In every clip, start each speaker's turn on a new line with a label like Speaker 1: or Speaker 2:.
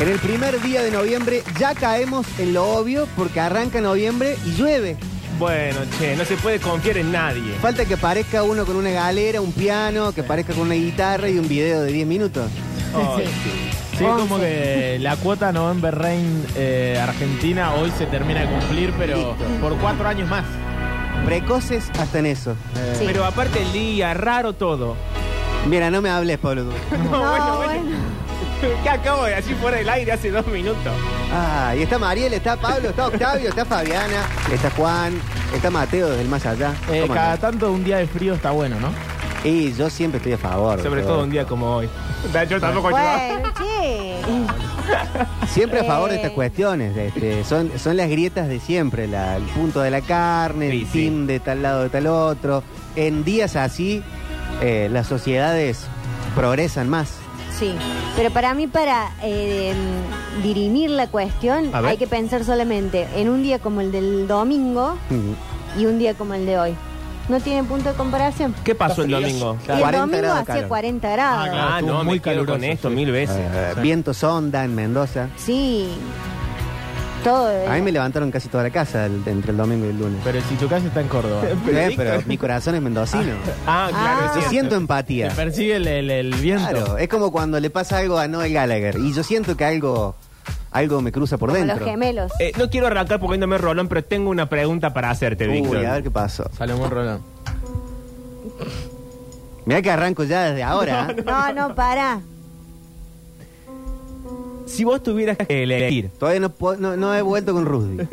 Speaker 1: En el primer día de noviembre ya caemos en lo obvio porque arranca noviembre y llueve.
Speaker 2: Bueno, che, no se puede confiar en nadie.
Speaker 1: Falta que aparezca uno con una galera, un piano, que aparezca con una guitarra y un video de 10 minutos.
Speaker 2: Ay,
Speaker 3: Sí,
Speaker 1: Once.
Speaker 3: como que la cuota November Rain eh, Argentina hoy se termina de cumplir, pero por cuatro años más.
Speaker 1: Precoces hasta en eso.
Speaker 4: Sí.
Speaker 2: Eh, Pero aparte el día, raro todo.
Speaker 1: Mira, no me hables, Pablo. tú.
Speaker 2: No,
Speaker 4: No,
Speaker 2: ¿Qué acabo de decir fuera del aire hace dos minutos?
Speaker 1: Ah, y está Mariel, está Pablo, está Octavio, está Fabiana, está Juan, está Mateo desde el más allá.
Speaker 3: Eh,
Speaker 1: ¿Cómo
Speaker 3: cada
Speaker 1: andás?
Speaker 3: tanto un día de frío está bueno, ¿no?
Speaker 1: Y yo siempre estoy a favor.
Speaker 2: Sobre
Speaker 1: de
Speaker 2: todo un día como hoy. Yo tampoco ayudaba.
Speaker 4: Bueno, che.
Speaker 1: Siempre a favor de estas
Speaker 4: Eh.
Speaker 1: cuestiones. este, son, son las grietas de siempre, la- el punto de la carne,
Speaker 2: Sí,
Speaker 1: el
Speaker 2: sí.
Speaker 1: team de tal lado, de tal otro. En días así, eh, las sociedades progresan más.
Speaker 4: Sí, pero para mí, para eh, em, dirimir la cuestión,
Speaker 2: A ver.
Speaker 4: hay que pensar solamente en un día como el del domingo
Speaker 1: Mm.
Speaker 4: y un día como el de hoy. No tiene punto de comparación.
Speaker 2: ¿Qué pasó el domingo?
Speaker 4: Y el
Speaker 1: 40
Speaker 4: domingo
Speaker 1: grados de
Speaker 4: hacía
Speaker 1: calor.
Speaker 4: 40 grados.
Speaker 3: Ah,
Speaker 2: Ah,
Speaker 3: estuvo
Speaker 2: no,
Speaker 3: muy
Speaker 2: muy calor con
Speaker 3: caluroso,
Speaker 2: esto
Speaker 3: sí.
Speaker 2: mil veces.
Speaker 1: Eh, Viento sonda en Mendoza.
Speaker 4: Sí, todo.
Speaker 1: A mí me levantaron casi toda la casa el- entre el domingo y el lunes.
Speaker 3: Pero si tu casa está en Córdoba.
Speaker 1: Eh, pero mi corazón es mendocino.
Speaker 2: Ah, claro,
Speaker 4: Ah.
Speaker 2: es
Speaker 1: Yo
Speaker 2: cierto.
Speaker 1: siento
Speaker 3: Te
Speaker 1: empatía.
Speaker 3: persigue el, el- el viento.
Speaker 1: Claro, es como cuando le pasa algo a Noel Gallagher y yo siento que algo, algo me cruza por
Speaker 4: Como
Speaker 1: dentro.
Speaker 4: los gemelos.
Speaker 2: Eh, no quiero arrancar poniéndome rolón, pero tengo una pregunta para hacerte, Víctor.
Speaker 1: Uy, a ver qué pasó.
Speaker 3: Salomón Rolón.
Speaker 1: Mirá que arranco ya desde ahora. ¿eh?
Speaker 4: No, no, para.
Speaker 2: Si vos tuvieras que elegir,
Speaker 1: Todavía no, po- no, no he vuelto con Rusty.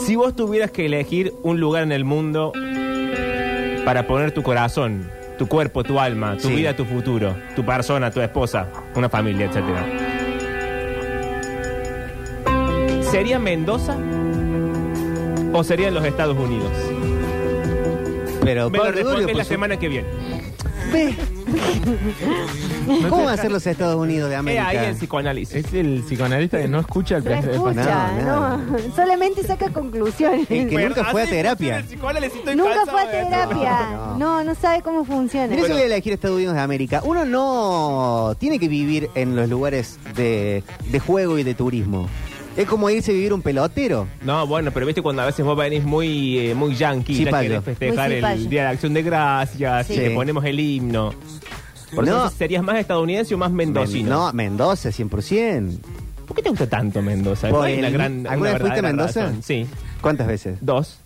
Speaker 2: si vos tuvieras que elegir un lugar en el mundo para poner tu corazón, tu cuerpo, tu alma, tu
Speaker 1: Sí.
Speaker 2: vida, tu futuro, tu persona, tu esposa, una familia, etcétera. ¿Sería Mendoza o serían los Estados Unidos?
Speaker 1: Pero
Speaker 2: Me lo
Speaker 1: Pablo Durio,
Speaker 2: respondes
Speaker 1: por
Speaker 2: la
Speaker 1: su-
Speaker 2: semana que viene.
Speaker 1: Ve. ¿Cómo van a ser los Estados Unidos de
Speaker 2: Eh,
Speaker 1: América?
Speaker 2: ahí el psicoanálisis.
Speaker 3: Es el psicoanalista que no escucha el
Speaker 4: No
Speaker 3: placer del
Speaker 4: escucha,
Speaker 1: nada,
Speaker 4: no.
Speaker 1: nada.
Speaker 4: Solamente saca conclusiones.
Speaker 1: Y que nunca fue a terapia.
Speaker 2: El psicoanálisis, estoy
Speaker 4: Nunca
Speaker 2: cansado
Speaker 4: fue a
Speaker 2: de esto.
Speaker 4: terapia.
Speaker 1: No,
Speaker 4: No,
Speaker 1: no.
Speaker 4: no, sabe cómo funciona.
Speaker 1: Mira, si voy a elegir Estados Unidos de América. Uno no tiene que vivir en los lugares de, de juego y de turismo. Es como irse a vivir un pelotero.
Speaker 2: No, bueno, pero viste cuando a veces vos venís muy, eh, muy yankee, ya
Speaker 1: Cipallo.
Speaker 2: querés festejar
Speaker 4: Muy cipallo.
Speaker 2: el Día de Acción de Gracias,
Speaker 1: Sí.
Speaker 2: y le ponemos el himno. Por
Speaker 1: No.
Speaker 2: eso, ¿serías más estadounidense o más mendocino?
Speaker 1: no, Mendoza, 100%.
Speaker 2: ¿Por qué te gusta tanto Mendoza?
Speaker 1: Por
Speaker 2: ¿Cuál es
Speaker 1: el-
Speaker 2: la gran-
Speaker 1: ¿Alguna
Speaker 2: una
Speaker 1: vez fuiste a
Speaker 2: verdadera
Speaker 1: Mendoza?
Speaker 2: razón? Sí,
Speaker 1: ¿Cuántas veces?
Speaker 2: dos.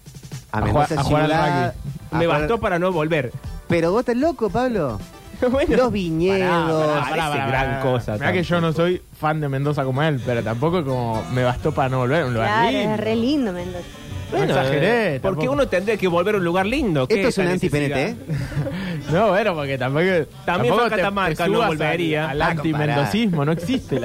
Speaker 1: A
Speaker 3: A
Speaker 1: Mendoza
Speaker 3: jugar- a jugar al
Speaker 1: ciudad,
Speaker 3: rugby.
Speaker 1: a
Speaker 2: Me
Speaker 1: jugar-
Speaker 2: bastó para no volver.
Speaker 1: Pero vos estás loco, Pablo.
Speaker 2: Bueno.
Speaker 1: Los viñedos.
Speaker 2: pará, pará, pará, gran cosa.
Speaker 3: Mirá que yo no soy fan de Mendoza como él, pero tampoco como me bastó para no volver a un lugar
Speaker 4: Claro,
Speaker 3: lindo.
Speaker 4: es re lindo, Mendoza.
Speaker 2: Bueno,
Speaker 3: No exageré,
Speaker 2: eh, Porque
Speaker 3: tampoco.
Speaker 2: uno tendría que volver a un lugar lindo. ¿Qué
Speaker 1: Esto es
Speaker 2: esa
Speaker 1: un
Speaker 2: necesidad?
Speaker 1: anti-PNT. ¿eh?
Speaker 3: No, bueno, porque tampoco. tampoco
Speaker 2: fue a
Speaker 3: te- te
Speaker 2: Catamarca, no
Speaker 3: subas al-
Speaker 2: volvería.
Speaker 3: Al,
Speaker 1: Ah,
Speaker 3: anti-mendocismo, no existe el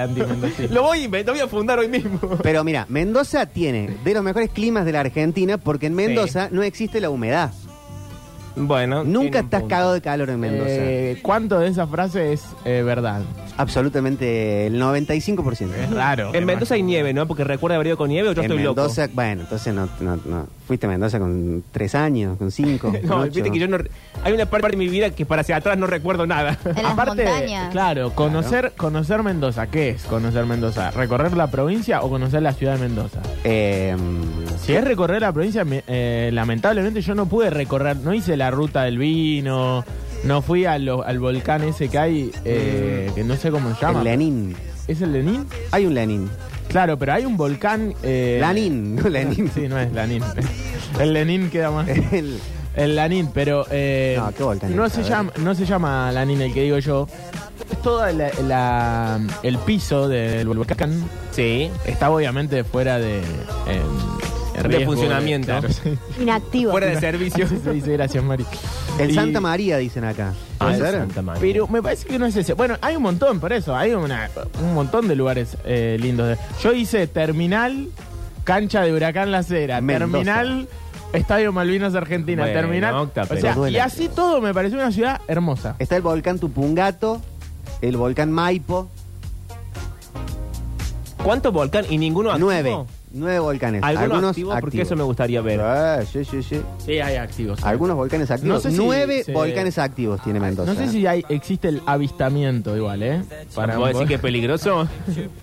Speaker 3: anti-mendocismo.
Speaker 2: Lo voy, a inventar, lo voy a fundar hoy mismo.
Speaker 1: Pero mira, Mendoza tiene de los mejores climas de la Argentina porque en Mendoza no existe la humedad.
Speaker 2: Bueno,
Speaker 1: Nunca
Speaker 2: tiene un
Speaker 1: estás
Speaker 2: punto.
Speaker 1: cagado de calor en Mendoza.
Speaker 3: Eh, ¿Cuánto de esa frase es eh, verdad?
Speaker 1: Absolutamente el 95%.
Speaker 3: Es raro.
Speaker 2: En Mendoza hay nieve, ¿no? Porque recuerda haber ido con nieve o yo
Speaker 1: en
Speaker 2: estoy
Speaker 1: Mendoza,
Speaker 2: loco.
Speaker 1: bueno, entonces no, no, no. Fuiste a Mendoza con tres años, con cinco.
Speaker 2: No,
Speaker 1: con ocho.
Speaker 2: viste que yo no. Hay una parte de mi vida que para hacia atrás no recuerdo nada.
Speaker 5: En las montañas.
Speaker 3: Claro, conocer, conocer Mendoza. ¿Qué es conocer Mendoza? ¿Recorrer la provincia o conocer la ciudad de Mendoza?
Speaker 1: Eh,
Speaker 3: Si es recorrer la provincia, me- eh, lamentablemente yo no pude recorrer, no hice la ruta del vino, no fui a lo- al volcán ese que hay, eh, que no sé cómo se
Speaker 1: Mm.
Speaker 3: llama.
Speaker 1: el Lenin.
Speaker 3: ¿Es el Lenín?
Speaker 1: Hay un Lenin.
Speaker 3: Claro, pero hay un volcán... eh,
Speaker 1: Lanín, no Lenin.
Speaker 3: Sí, no es Lanín. El Lenín queda más...
Speaker 1: El-
Speaker 3: El Lanín, pero eh,
Speaker 1: No, qué volcán. este,
Speaker 3: no
Speaker 1: A
Speaker 3: se
Speaker 1: ver.
Speaker 3: llama, no se llama Lanín el que digo yo. Es todo la- la- el piso del volcán
Speaker 2: Sí.
Speaker 3: está obviamente fuera de eh,
Speaker 2: De
Speaker 3: riesgo
Speaker 2: funcionamiento.
Speaker 3: claro, sí.
Speaker 4: Inactivo.
Speaker 2: Fuera de servicio.
Speaker 3: Así se dice, gracias Mari.
Speaker 1: el
Speaker 3: Y-
Speaker 1: Santa María, dicen acá.
Speaker 2: Ah,
Speaker 1: ¿Puede
Speaker 2: el
Speaker 1: ser?
Speaker 2: Santa María.
Speaker 3: Pero me parece que no es ese. Bueno, hay un montón por eso. Hay una- un montón de lugares eh, lindos. de- Yo hice terminal, cancha de Huracán La Cera,
Speaker 1: Mendoza.
Speaker 3: terminal, Estadio Malvinas Argentina,
Speaker 2: Bueno,
Speaker 3: terminal.
Speaker 2: Octa,
Speaker 3: o
Speaker 2: pero
Speaker 3: sea,
Speaker 1: duele.
Speaker 3: y así todo me pareció una ciudad hermosa.
Speaker 1: Está el volcán Tupungato, el volcán Maipo.
Speaker 2: ¿Cuántos volcanes? ¿Y ninguno activo?
Speaker 1: Nueve. Nueve volcanes.
Speaker 2: Algunos, activos, porque eso me gustaría ver.
Speaker 1: Ah, sí, sí, sí.
Speaker 3: Sí, hay activos.
Speaker 1: Algunos volcanes activos.
Speaker 3: No sé si
Speaker 1: Nueve
Speaker 3: se-
Speaker 1: volcanes activos tiene Mendoza.
Speaker 3: No sé si hay, existe el avistamiento igual, ¿eh?
Speaker 2: Para vos decir que es peligroso.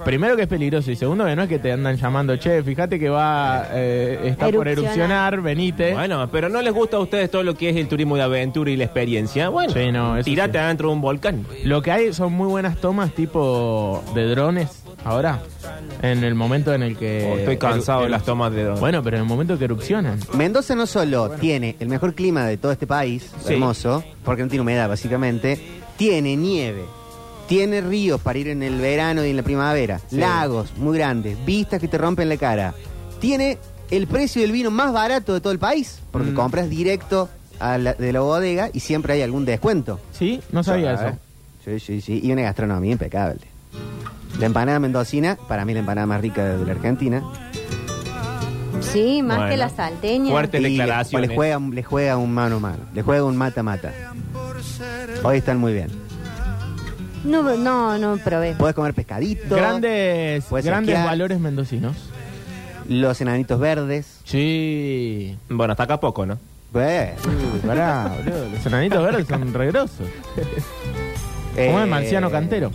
Speaker 3: Primero que es peligroso y segundo que no es que te andan llamando, che, fíjate que va, eh, está por
Speaker 4: Erupcionar.
Speaker 3: erupcionar, venite.
Speaker 2: Bueno, pero no les gusta a ustedes todo lo que es el turismo de aventura y la experiencia. Bueno,
Speaker 3: Sí, no, eso
Speaker 2: tirate
Speaker 3: sí.
Speaker 2: adentro de un volcán.
Speaker 3: Lo que hay son muy buenas tomas tipo de drones ahora, en el momento en el que...
Speaker 2: Oh, estoy cansado de las tomas de drones.
Speaker 3: Bueno, pero en el momento que erupcionan.
Speaker 1: Mendoza no solo tiene el mejor clima de todo este país,
Speaker 2: Sí.
Speaker 1: hermoso, porque no tiene humedad básicamente, tiene nieve, tiene ríos para ir en el verano y en la primavera, lagos muy grandes, vistas que te rompen la cara, tiene el precio del vino más barato de todo el país,
Speaker 3: Mm.
Speaker 1: porque compras directo a la- de la bodega y siempre hay algún descuento.
Speaker 3: ¿Sí? No sabía
Speaker 1: eh.
Speaker 3: eso.
Speaker 1: Sí, sí, sí, y una gastronomía impecable. La empanada mendocina, para mí la empanada más rica de la Argentina,
Speaker 4: Sí, más
Speaker 2: Bueno.
Speaker 4: que la
Speaker 2: Fuerte.
Speaker 4: salteña.
Speaker 2: Fuertes
Speaker 1: y le-
Speaker 2: declaraciones.
Speaker 1: Le, juega, le juega un mano a mano, le juega un mata-mata. Hoy están muy bien.
Speaker 4: No, no, no probé.
Speaker 1: Puedes comer pescadito,
Speaker 3: Grandes,
Speaker 1: Puedes
Speaker 3: grandes
Speaker 1: esquiar.
Speaker 3: valores mendocinos.
Speaker 1: los enanitos verdes.
Speaker 3: Sí.
Speaker 2: Bueno, hasta acá poco, ¿no?
Speaker 1: Bueno,
Speaker 3: Pará, boludo, los enanitos verdes son regrosos.
Speaker 1: eh,
Speaker 3: Como el marciano cantero.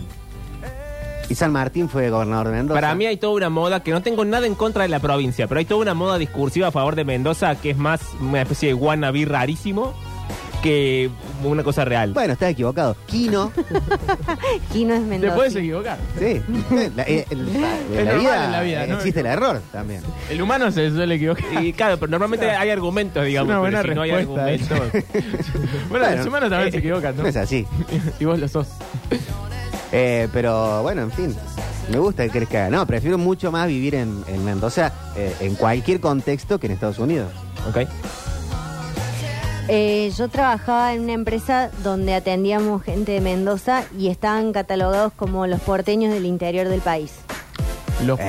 Speaker 1: Y San Martín fue gobernador de Mendoza.
Speaker 2: Para mí hay toda una moda que no tengo nada en contra de la provincia, pero hay toda una moda discursiva a favor de Mendoza que es más una especie de wannabe rarísimo que una cosa real.
Speaker 1: Bueno, estás equivocado. Quino.
Speaker 4: Quino es
Speaker 3: Te
Speaker 4: Mendoza.
Speaker 3: puedes equivocar.
Speaker 1: sí. La, eh, la- la
Speaker 3: Es normal
Speaker 1: vida,
Speaker 3: en la vida,
Speaker 1: eh,
Speaker 3: ¿no?
Speaker 1: Existe el error también.
Speaker 3: El humano se suele equivocar.
Speaker 2: Y claro, pero normalmente hay argumentos, digamos. pero
Speaker 3: una buena
Speaker 2: si no hay
Speaker 3: respuesta.
Speaker 2: argumentos.
Speaker 3: bueno,
Speaker 1: Bueno,
Speaker 3: los humanos también se equivocan, ¿no?
Speaker 1: No es así.
Speaker 3: y vos lo sos.
Speaker 1: Eh, pero bueno, en fin, me gusta que crezca. No, prefiero mucho más vivir en, en Mendoza eh, en cualquier contexto que en Estados Unidos.
Speaker 2: Ok.
Speaker 4: Eh, yo trabajaba en una empresa donde atendíamos gente de Mendoza y estaban catalogados como los porteños del interior del país.
Speaker 3: Los
Speaker 1: Eh,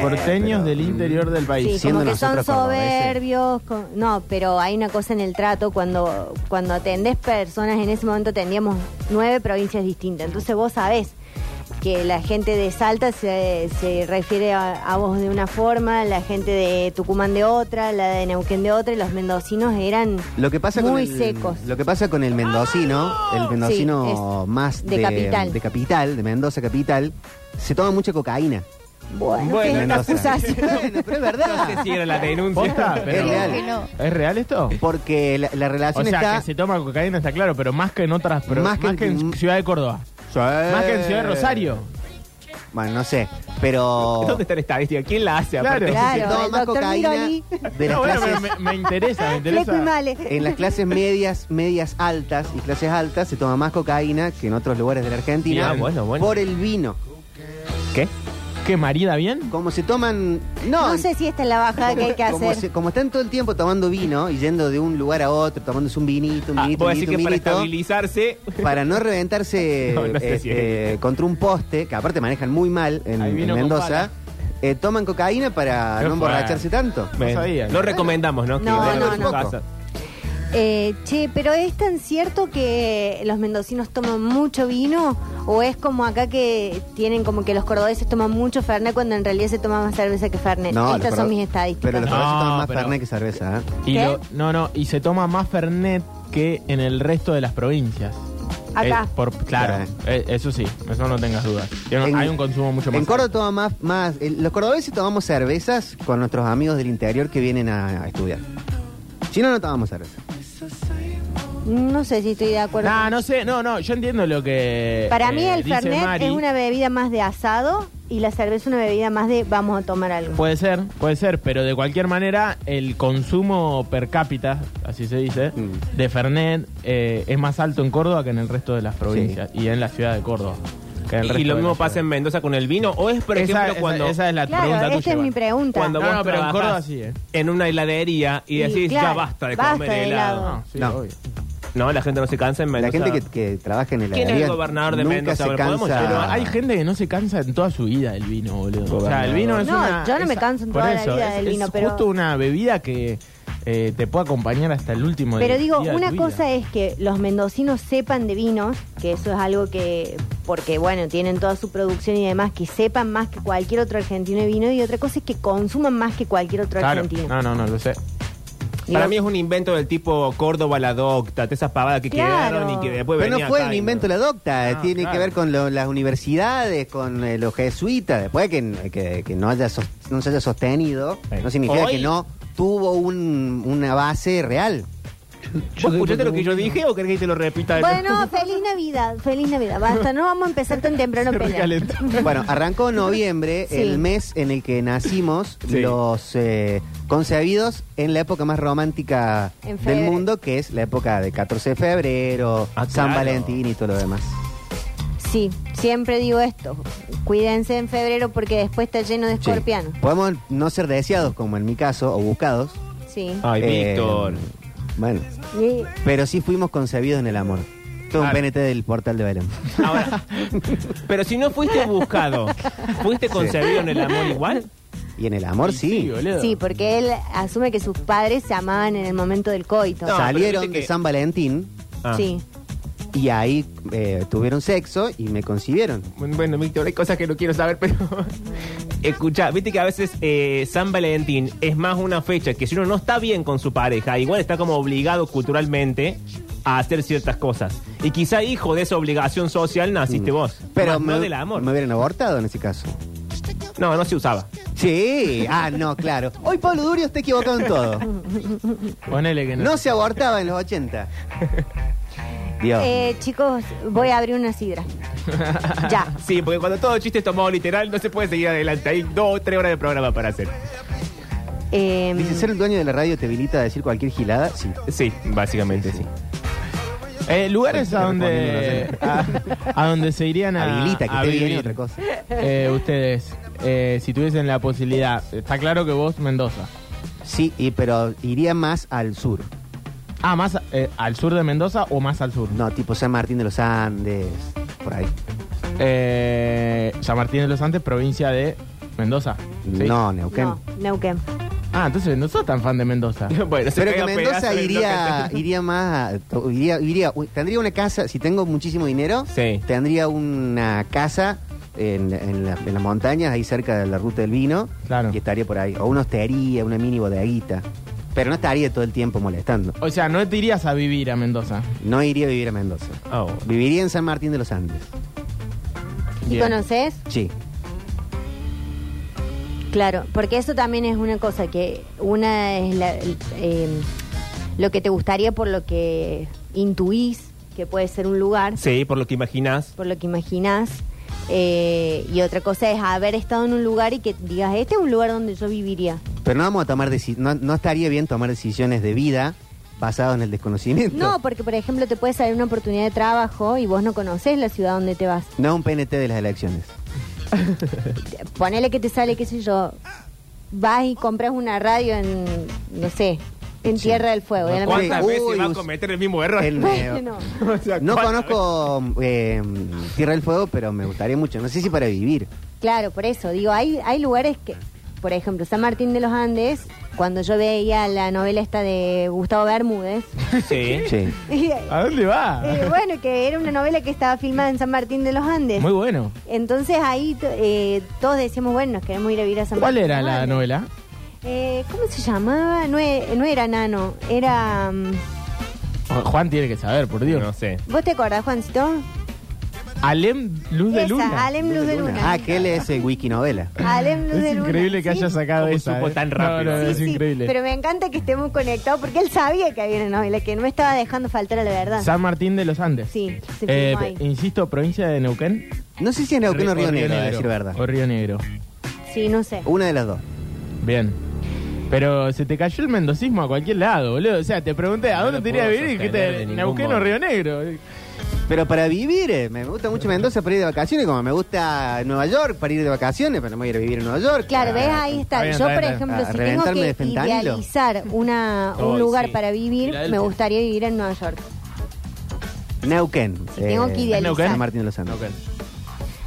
Speaker 1: pero-
Speaker 3: porteños
Speaker 1: mm.
Speaker 3: del interior del
Speaker 4: Sí,
Speaker 3: país.
Speaker 1: siendo
Speaker 4: como que son
Speaker 1: nosotros cordobeses.
Speaker 4: soberbios. con- no, pero hay una cosa en el trato. Cuando, cuando atendés personas, en ese momento atendíamos nueve provincias distintas. Entonces vos sabés que la gente de Salta se, se refiere a, a vos de una forma, la gente de Tucumán de otra, la de Neuquén de otra, y los mendocinos eran
Speaker 1: Lo que pasa
Speaker 4: muy
Speaker 1: con el,
Speaker 4: secos. Ah,
Speaker 1: Lo que pasa con el mendocino, el mendocino
Speaker 4: es
Speaker 1: más
Speaker 4: de capital.
Speaker 1: de capital, de Mendoza capital, se toma mucha cocaína.
Speaker 4: Bueno,
Speaker 2: Bueno,
Speaker 4: qué
Speaker 1: Mendoza.
Speaker 4: acusación.
Speaker 1: Bueno, pero es verdad.
Speaker 3: Ah,
Speaker 2: No sé si era la
Speaker 3: Posta,
Speaker 2: denuncia.
Speaker 3: pero-
Speaker 1: Es real.
Speaker 3: ¿Es real esto?
Speaker 1: Porque la, la
Speaker 3: O
Speaker 1: relación
Speaker 3: sea,
Speaker 1: está
Speaker 3: que se toma cocaína, está claro, pero más que en otras. Pero
Speaker 1: Más
Speaker 3: más,
Speaker 1: que
Speaker 3: que,
Speaker 1: en- Eh,
Speaker 3: en Ciudad de Córdoba.
Speaker 1: Sí.
Speaker 3: Más que en Ciudad de Rosario.
Speaker 1: Bueno, no sé, pero
Speaker 2: ¿Dónde está la estadística? ¿Quién la hace?
Speaker 3: Claro.
Speaker 2: aparte?
Speaker 1: se
Speaker 4: Claro,
Speaker 1: toma
Speaker 4: el
Speaker 1: más
Speaker 4: doctor
Speaker 1: cocaína
Speaker 4: Miroli.
Speaker 1: de las
Speaker 3: No, bueno,
Speaker 1: clases-
Speaker 3: pero me, me interesa, me interesa.
Speaker 4: Fleco y male.
Speaker 1: en las clases medias, medias altas y clases altas se toma más cocaína que en otros lugares de la Argentina
Speaker 2: Ah, bueno, bueno.
Speaker 1: por el vino.
Speaker 2: ¿Qué?
Speaker 3: ¿Qué, marida bien?
Speaker 1: Como se toman no,
Speaker 4: No sé si esta es la bajada que hay que
Speaker 1: como,
Speaker 4: hacer.
Speaker 1: se- como están todo el tiempo tomando vino y yendo de un lugar a otro, tomándose un vinito, un
Speaker 2: Ah,
Speaker 1: vinito,
Speaker 2: voy a
Speaker 1: un
Speaker 2: decir
Speaker 1: vinito,
Speaker 2: que
Speaker 1: un
Speaker 2: para
Speaker 1: vinito,
Speaker 2: estabilizarse.
Speaker 1: para no reventarse
Speaker 2: No, no sé
Speaker 1: eh,
Speaker 2: si
Speaker 1: eh, contra un poste, que aparte manejan muy mal en,
Speaker 3: Hay vino
Speaker 1: en
Speaker 3: con
Speaker 1: Mendoza,
Speaker 3: pala.
Speaker 1: eh, toman cocaína para
Speaker 2: Qué
Speaker 1: no emborracharse
Speaker 2: fuerte.
Speaker 1: tanto.
Speaker 2: Ven,
Speaker 3: sabía.
Speaker 2: No recomendamos, ¿no? Que
Speaker 4: No,
Speaker 2: vayan
Speaker 4: no,
Speaker 2: a su
Speaker 4: no.
Speaker 2: casa.
Speaker 4: Eh, che, pero ¿es tan cierto que los mendocinos toman mucho vino? ¿O es como acá que tienen como que los cordobeses toman mucho Fernet cuando en realidad se toma más cerveza que Fernet?
Speaker 1: los
Speaker 4: Estas son
Speaker 1: cordo-
Speaker 4: mis estadísticas.
Speaker 1: Pero los
Speaker 3: No,
Speaker 1: cordobeses toman más
Speaker 3: pero-
Speaker 1: fernet que cerveza. ¿eh?
Speaker 3: Y
Speaker 4: ¿Qué?
Speaker 3: lo- no, no, y se toma más Fernet que en el resto de las provincias.
Speaker 4: Acá.
Speaker 3: Eh, por- claro,
Speaker 1: Sí.
Speaker 3: eh, eso sí, eso no tengas dudas. Yo no-
Speaker 1: En-
Speaker 3: hay un consumo mucho más.
Speaker 1: En Córdoba toman más, más eh, los cordobeses tomamos cervezas con nuestros amigos del interior que vienen a, a estudiar. Si no, no tomamos cerveza.
Speaker 4: No sé si estoy de acuerdo.
Speaker 3: Nah, no sé, no, no, yo entiendo lo que.
Speaker 4: Para
Speaker 3: eh,
Speaker 4: mí el
Speaker 3: dice
Speaker 4: Fernet
Speaker 3: Mari.
Speaker 4: es una bebida más de asado y la cerveza una bebida más de vamos a tomar algo.
Speaker 3: Puede ser, puede ser, pero de cualquier manera, el consumo per cápita, así se dice,
Speaker 1: Mm.
Speaker 3: de Fernet eh, es más alto en Córdoba que en el resto de las provincias y en la ciudad de Córdoba. que en el
Speaker 2: Y
Speaker 3: resto
Speaker 2: lo
Speaker 3: de
Speaker 2: mismo
Speaker 3: la
Speaker 2: pasa en
Speaker 3: ciudad.
Speaker 2: Mendoza con el vino. ¿O es, por
Speaker 3: Esa-
Speaker 2: ejemplo,
Speaker 3: esa-
Speaker 2: cuando,
Speaker 3: esa es la
Speaker 4: Claro,
Speaker 3: pregunta
Speaker 4: esta
Speaker 3: tuya.
Speaker 4: es mi
Speaker 3: Iván.
Speaker 4: pregunta.
Speaker 2: cuando
Speaker 3: No,
Speaker 2: vos
Speaker 3: no, pero en
Speaker 2: trabajás
Speaker 3: Córdoba sí, ¿eh?
Speaker 2: en una heladería y
Speaker 4: Y
Speaker 2: decís, ya
Speaker 4: claro,
Speaker 2: basta de
Speaker 4: basta
Speaker 2: comer
Speaker 4: de
Speaker 2: helado.
Speaker 4: helado.
Speaker 3: No, Ah, sí,
Speaker 1: No.
Speaker 3: obvio.
Speaker 2: No, la gente no se cansa en
Speaker 1: la
Speaker 2: Mendoza.
Speaker 1: gente que, que trabaja en el
Speaker 2: ¿Quién es el gobernador de
Speaker 1: nunca
Speaker 2: Mendoza?
Speaker 1: se
Speaker 2: Bueno, podemos
Speaker 1: cansa.
Speaker 3: Pero
Speaker 2: llegar.
Speaker 3: hay gente que no se cansa en toda su vida del vino, boludo. O sea, el vino es
Speaker 4: No,
Speaker 3: una...
Speaker 4: yo no me
Speaker 3: es-
Speaker 4: canso en
Speaker 3: por
Speaker 4: toda la
Speaker 3: eso,
Speaker 4: vida
Speaker 3: es-
Speaker 4: del vino,
Speaker 3: es
Speaker 4: pero-
Speaker 3: justo una bebida que eh, te puede acompañar hasta el último
Speaker 4: Pero digo,
Speaker 3: día de
Speaker 4: una
Speaker 3: tu
Speaker 4: cosa
Speaker 3: vida.
Speaker 4: es que los mendocinos sepan de vinos, que eso es algo que porque bueno, tienen toda su producción y demás, que sepan más que cualquier otro argentino de vino y otra cosa es que consuman más que cualquier otro
Speaker 3: Claro.
Speaker 4: argentino.
Speaker 3: No, no, no, lo sé.
Speaker 4: Digo,
Speaker 2: Ah, Para mí es un invento del tipo Córdoba la docta, de esas pavadas que
Speaker 4: Claro.
Speaker 2: quedaron y que después
Speaker 1: Pero no
Speaker 2: venía
Speaker 1: fue
Speaker 2: acá
Speaker 1: el
Speaker 2: y-
Speaker 1: invento de la docta,
Speaker 3: Ah,
Speaker 1: tiene
Speaker 3: claro.
Speaker 1: que ver con lo- las universidades, con eh, los jesuitas. Después que, que- que no, haya sos- no se haya sostenido,
Speaker 2: Sí.
Speaker 1: no significa
Speaker 2: Hoy-
Speaker 1: que no tuvo un- una base real.
Speaker 2: ¿Vos escuchaste lo que yo dije o querés que te lo repita? de
Speaker 4: Bueno,
Speaker 2: nuevo?
Speaker 4: feliz Navidad, feliz Navidad. Basta, no vamos a empezar tan temprano a pelear.
Speaker 1: Bueno, arrancó noviembre,
Speaker 4: Sí.
Speaker 1: el mes en el que nacimos
Speaker 2: Sí.
Speaker 1: los eh, concebidos en la época más romántica
Speaker 4: En
Speaker 1: del
Speaker 4: febrero.
Speaker 1: mundo, que es la época de 14 de febrero,
Speaker 2: Ah,
Speaker 1: San
Speaker 2: claro.
Speaker 1: Valentín y todo lo demás.
Speaker 4: Sí, siempre digo esto. Cuídense en febrero porque después está lleno de
Speaker 1: Sí.
Speaker 4: escorpianos.
Speaker 1: Podemos no ser deseados, como en mi caso, o buscados.
Speaker 4: Sí.
Speaker 2: Ay,
Speaker 1: Eh,
Speaker 2: Víctor.
Speaker 1: Bueno,
Speaker 4: Y-
Speaker 1: pero sí fuimos concebidos en el amor. Todo un
Speaker 2: Claro.
Speaker 1: PNT del portal de Belén.
Speaker 2: Ahora, pero si no fuiste buscado, ¿fuiste concebido en el amor igual?
Speaker 1: Y en el amor sí.
Speaker 2: Ah.
Speaker 3: boludo.
Speaker 4: Sí, porque él asume que sus padres se amaban en el momento del coito.
Speaker 2: No, pero
Speaker 1: Salieron
Speaker 2: viste
Speaker 1: de
Speaker 2: que-
Speaker 1: San Valentín
Speaker 2: Ah.
Speaker 4: Sí.
Speaker 1: y ahí eh, tuvieron sexo y me concibieron.
Speaker 2: Bueno, Víctor, hay cosas que no quiero saber, pero. Escucha, viste que a veces eh, San Valentín es más una fecha que si uno no está bien con su pareja, igual está como obligado culturalmente a hacer ciertas cosas. Y quizá hijo de esa obligación social naciste Mm. vos.
Speaker 1: Pero
Speaker 2: Más
Speaker 1: me,
Speaker 2: no del amor.
Speaker 1: me hubieran abortado en ese caso.
Speaker 2: No, no se usaba.
Speaker 1: Sí, ah, no, claro. Hoy Pablo Durio está equivocado en todo.
Speaker 3: Ponele que no.
Speaker 1: No se abortaba en los 80. Dios.
Speaker 4: Eh, chicos, voy a abrir una sidra. ya.
Speaker 2: Sí, porque cuando todo chiste es tomado literal, no se puede seguir adelante. Hay dos o tres horas de programa para hacer.
Speaker 4: Eh,
Speaker 1: Dice, ser el dueño de la radio te habilita a decir cualquier gilada. Sí.
Speaker 2: Sí, básicamente sí.
Speaker 3: Eh, lugares a donde, a, a donde se irían a,
Speaker 1: Habilita, que
Speaker 3: a
Speaker 1: te viene
Speaker 3: vivir.
Speaker 1: otra cosa.
Speaker 3: Eh, ustedes, eh, si tuviesen la posibilidad, está claro que vos Mendoza.
Speaker 1: Sí, y, pero iría más al sur.
Speaker 3: Ah, más eh, al sur de Mendoza o más al sur.
Speaker 1: No, tipo San Martín de los Andes, por ahí.
Speaker 3: Eh, San Martín de los Andes, provincia de Mendoza. ¿sí?
Speaker 1: No, Neuquén.
Speaker 4: no, Neuquén.
Speaker 3: Ah, entonces no sos tan fan de Mendoza.
Speaker 2: Bueno, se
Speaker 1: Pero que
Speaker 2: pega pedazo
Speaker 1: Mendoza
Speaker 2: de
Speaker 1: iría,
Speaker 2: loca.
Speaker 1: iría más, a- to- iría, iría- uy, tendría una casa, si tengo muchísimo dinero,
Speaker 2: Sí.
Speaker 1: tendría una casa en, en la- en las montañas, ahí cerca de la ruta del vino,
Speaker 3: Claro.
Speaker 1: y estaría por ahí, o una hostería, una mini bodeguita, pero no estaría todo el tiempo molestando.
Speaker 3: O sea, no te irías a vivir a Mendoza.
Speaker 1: No iría a vivir a Mendoza.
Speaker 2: Oh.
Speaker 1: Viviría en San Martín de los Andes.
Speaker 4: ¿Y
Speaker 3: Bien.
Speaker 4: conoces?
Speaker 1: Sí.
Speaker 4: Claro, porque eso también es una cosa que una es la- el- eh, lo que te gustaría por lo que intuís que puede ser un lugar,
Speaker 2: Sí, por lo que imaginás.
Speaker 4: por lo que imaginás. eh, y otra cosa es haber estado en un lugar y que digas, este es un lugar donde yo viviría.
Speaker 1: Pero no vamos a tomar deci- no, no estaría bien tomar decisiones de vida basadas en el desconocimiento.
Speaker 4: No, porque por ejemplo te puede salir una oportunidad de trabajo y vos no conocés la ciudad donde te vas.
Speaker 1: No un PNT de las elecciones.
Speaker 4: Ponele que te sale, qué sé yo, vas y compras una radio en, no sé, en
Speaker 1: Sí.
Speaker 4: Tierra del Fuego. y a lo mejor-
Speaker 2: ¿Cuántas
Speaker 1: Uy,
Speaker 2: veces va a
Speaker 1: us-
Speaker 2: cometer el mismo error?
Speaker 1: El-
Speaker 4: Bueno,
Speaker 2: O sea,
Speaker 1: No
Speaker 2: ¿cuántas
Speaker 1: conozco eh, Tierra del Fuego, pero me gustaría mucho. No sé si para vivir.
Speaker 4: claro, por eso. Digo, hay, hay lugares que, por ejemplo, San Martín de los Andes, cuando yo veía la novela esta de Gustavo Bermúdez,
Speaker 2: veces? Sí.
Speaker 1: Sí.
Speaker 4: eh,
Speaker 3: ¿A dónde va?
Speaker 4: bueno, que era una novela que estaba filmada en San Martín de los Andes.
Speaker 3: Muy bueno.
Speaker 4: Entonces ahí to- eh, todos decíamos, bueno, nos queremos ir a vivir a San
Speaker 3: ¿Cuál
Speaker 4: Martín
Speaker 3: era
Speaker 4: de los
Speaker 3: la
Speaker 4: Andes.
Speaker 3: novela?
Speaker 4: Eh, ¿Cómo se llamaba? No, e- no era Nano, era... mm,
Speaker 3: Juan tiene que saber, por Dios.
Speaker 2: No sé.
Speaker 4: ¿Vos te acordás, Juancito?
Speaker 3: Alem Luz de
Speaker 4: Esa,
Speaker 3: Luna.
Speaker 4: Alem Luz de Luna.
Speaker 1: Ah, que él es el wiki novela.
Speaker 4: Alem Luz
Speaker 3: Es
Speaker 4: de Luna.
Speaker 3: increíble que
Speaker 4: ¿sí?
Speaker 3: haya sacado
Speaker 2: ¿Cómo
Speaker 3: esa.
Speaker 2: supo
Speaker 3: eh?
Speaker 2: tan rápido?
Speaker 3: No, no,
Speaker 4: Sí,
Speaker 3: es
Speaker 4: sí,
Speaker 3: increíble.
Speaker 4: Pero me encanta que estemos conectados porque él sabía que había una novela, que no me estaba dejando faltar a la verdad.
Speaker 3: San Martín de los Andes.
Speaker 4: Sí, se
Speaker 3: Eh,
Speaker 4: filmó ahí.
Speaker 3: insisto, provincia de Neuquén.
Speaker 1: No sé si es Neuquén o Río Negro, a
Speaker 3: Negro.
Speaker 1: decir verdad.
Speaker 3: O Río Negro.
Speaker 4: Sí, no
Speaker 3: Uh,
Speaker 4: sé.
Speaker 1: Una de las dos.
Speaker 3: Bien. Pero se te cayó el mendocismo a cualquier lado, boludo. O sea, te pregunté, ¿a
Speaker 2: No
Speaker 3: dónde
Speaker 2: lo
Speaker 3: te iría a
Speaker 2: puedo
Speaker 3: vivir? Y que
Speaker 2: sostener de
Speaker 3: te,
Speaker 2: ningún
Speaker 3: Neuquén o
Speaker 2: modo.
Speaker 3: Río Negro.
Speaker 1: Pero para vivir, eh, me gusta mucho Mendoza para ir de vacaciones, como me gusta Nueva York para ir de vacaciones, pero no me voy a ir a vivir en Nueva York.
Speaker 4: Claro,
Speaker 1: Ah,
Speaker 4: ves, ahí está.
Speaker 3: está bien,
Speaker 4: Yo,
Speaker 3: está
Speaker 4: por
Speaker 3: bien,
Speaker 4: ejemplo,
Speaker 1: está
Speaker 4: si
Speaker 1: bien. A
Speaker 4: tengo
Speaker 1: reventarme
Speaker 4: que
Speaker 1: de fentanilo.
Speaker 4: idealizar una, un
Speaker 2: Ay,
Speaker 4: lugar
Speaker 2: sí.
Speaker 4: para vivir,
Speaker 3: Mirá el-
Speaker 4: me gustaría vivir en Nueva York.
Speaker 1: Neuquén. eh,
Speaker 4: Si tengo que idealizar.
Speaker 3: Neuquén.
Speaker 1: San Martín de los Andes.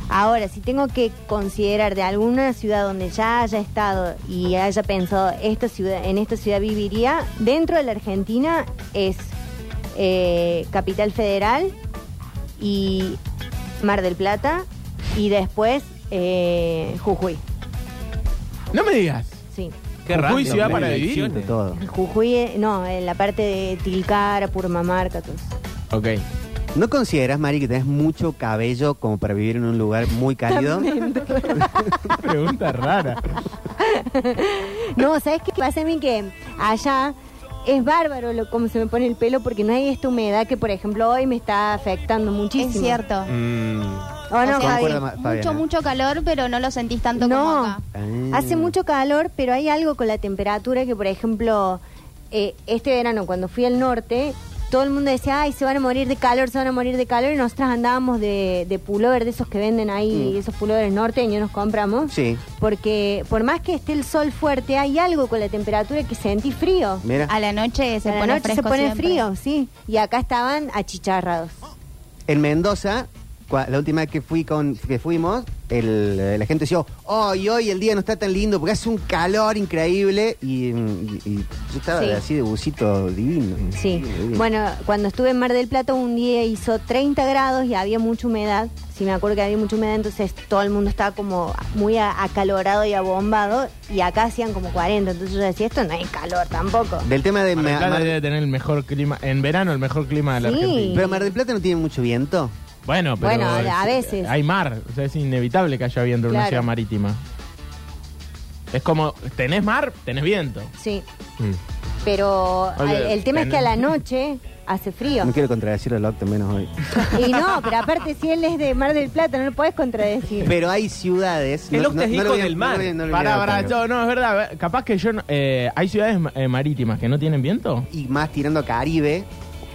Speaker 4: Ahora, si tengo que considerar de alguna ciudad donde ya haya estado y haya pensado esta ciudad, en esta ciudad viviría, dentro de la Argentina es eh, Capital Federal y Mar del Plata y después eh, Jujuy.
Speaker 3: No me digas.
Speaker 4: Sí.
Speaker 2: Qué
Speaker 3: Jujuy
Speaker 2: raro.
Speaker 3: se va para
Speaker 2: Elecciones.
Speaker 3: vivir.
Speaker 1: Todo.
Speaker 4: Jujuy, eh, no, en la parte de Tilcara, Purmamarca, todo eso.
Speaker 3: Ok.
Speaker 1: ¿No consideras, Mari, que tenés mucho cabello como para vivir en un lugar muy cálido?
Speaker 3: Pregunta rara.
Speaker 4: No, ¿sabes qué pasa a mí? Que allá es bárbaro lo, cómo se me pone el pelo porque no hay esta humedad que, por ejemplo, hoy me está afectando muchísimo.
Speaker 5: Es cierto.
Speaker 2: Mm.
Speaker 4: ¿O no,
Speaker 5: O sea,
Speaker 4: Javi?
Speaker 1: Concuerdo ma- Fabiana.
Speaker 5: mucho, mucho calor, pero no lo sentís tanto como
Speaker 4: ¿eh? No,
Speaker 5: acá.
Speaker 1: Ah.
Speaker 4: hace mucho calor, pero hay algo con la temperatura que, por ejemplo, eh, este verano cuando fui al norte, todo el mundo decía, ay, se van a morir de calor, se van a morir de calor, y nosotras andábamos de, de pullover, de esos que venden
Speaker 5: Mm.
Speaker 4: ahí, esos pullovers norteños nos compramos,
Speaker 1: Sí,
Speaker 4: porque por más que esté el sol fuerte, hay algo con la temperatura que sentí frío.
Speaker 1: mira.
Speaker 5: A la noche se
Speaker 4: a la
Speaker 5: pone
Speaker 4: noche se
Speaker 5: fresco
Speaker 4: pone
Speaker 5: siempre.
Speaker 4: frío, sí. Y acá estaban achicharrados.
Speaker 1: En Mendoza, cua- la última vez que fui con que fuimos, el- la gente decía, hoy, hoy el día no está tan lindo porque hace un calor increíble y, mm, y- y yo estaba
Speaker 4: Sí.
Speaker 1: así de busito divino.
Speaker 4: Sí.
Speaker 1: Divino.
Speaker 4: Bueno, cuando estuve en Mar del Plata un día hizo 30 grados y había mucha humedad. Si me acuerdo que había mucha humedad, entonces todo el mundo estaba como muy a- acalorado y abombado. Y acá hacían como 40. Entonces yo decía, esto no es calor tampoco.
Speaker 1: Del tema de...
Speaker 3: Mar del
Speaker 1: Ma-
Speaker 3: Plata
Speaker 1: Mar-
Speaker 3: debe tener el mejor clima. En verano, el mejor clima de la
Speaker 4: Sí.
Speaker 3: Argentina.
Speaker 1: pero Mar del Plata no tiene mucho viento.
Speaker 3: Bueno, pero.
Speaker 4: Bueno, a veces.
Speaker 3: Hay mar. O sea, es inevitable que haya viento en una
Speaker 4: Claro.
Speaker 3: ciudad marítima. Es como, tenés mar, tenés viento.
Speaker 4: Sí. Pero
Speaker 3: Oye,
Speaker 4: el, el tema es que a
Speaker 3: bueno.
Speaker 4: la noche hace frío.
Speaker 1: No quiero contradecir al Octa menos hoy.
Speaker 4: Y no, pero aparte, si él es de Mar del Plata, no lo podés contradecir.
Speaker 1: Pero hay ciudades...
Speaker 2: El Octa es hijo
Speaker 1: lo voy a-
Speaker 2: del
Speaker 1: no lo voy a-
Speaker 2: mar.
Speaker 1: no lo voy a
Speaker 3: Pará,
Speaker 1: olvidar
Speaker 3: pará,
Speaker 1: tanto.
Speaker 3: yo- no, es verdad. Capaz que yo. no- eh, hay ciudades eh, marítimas que no tienen viento.
Speaker 1: Y más tirando a Caribe.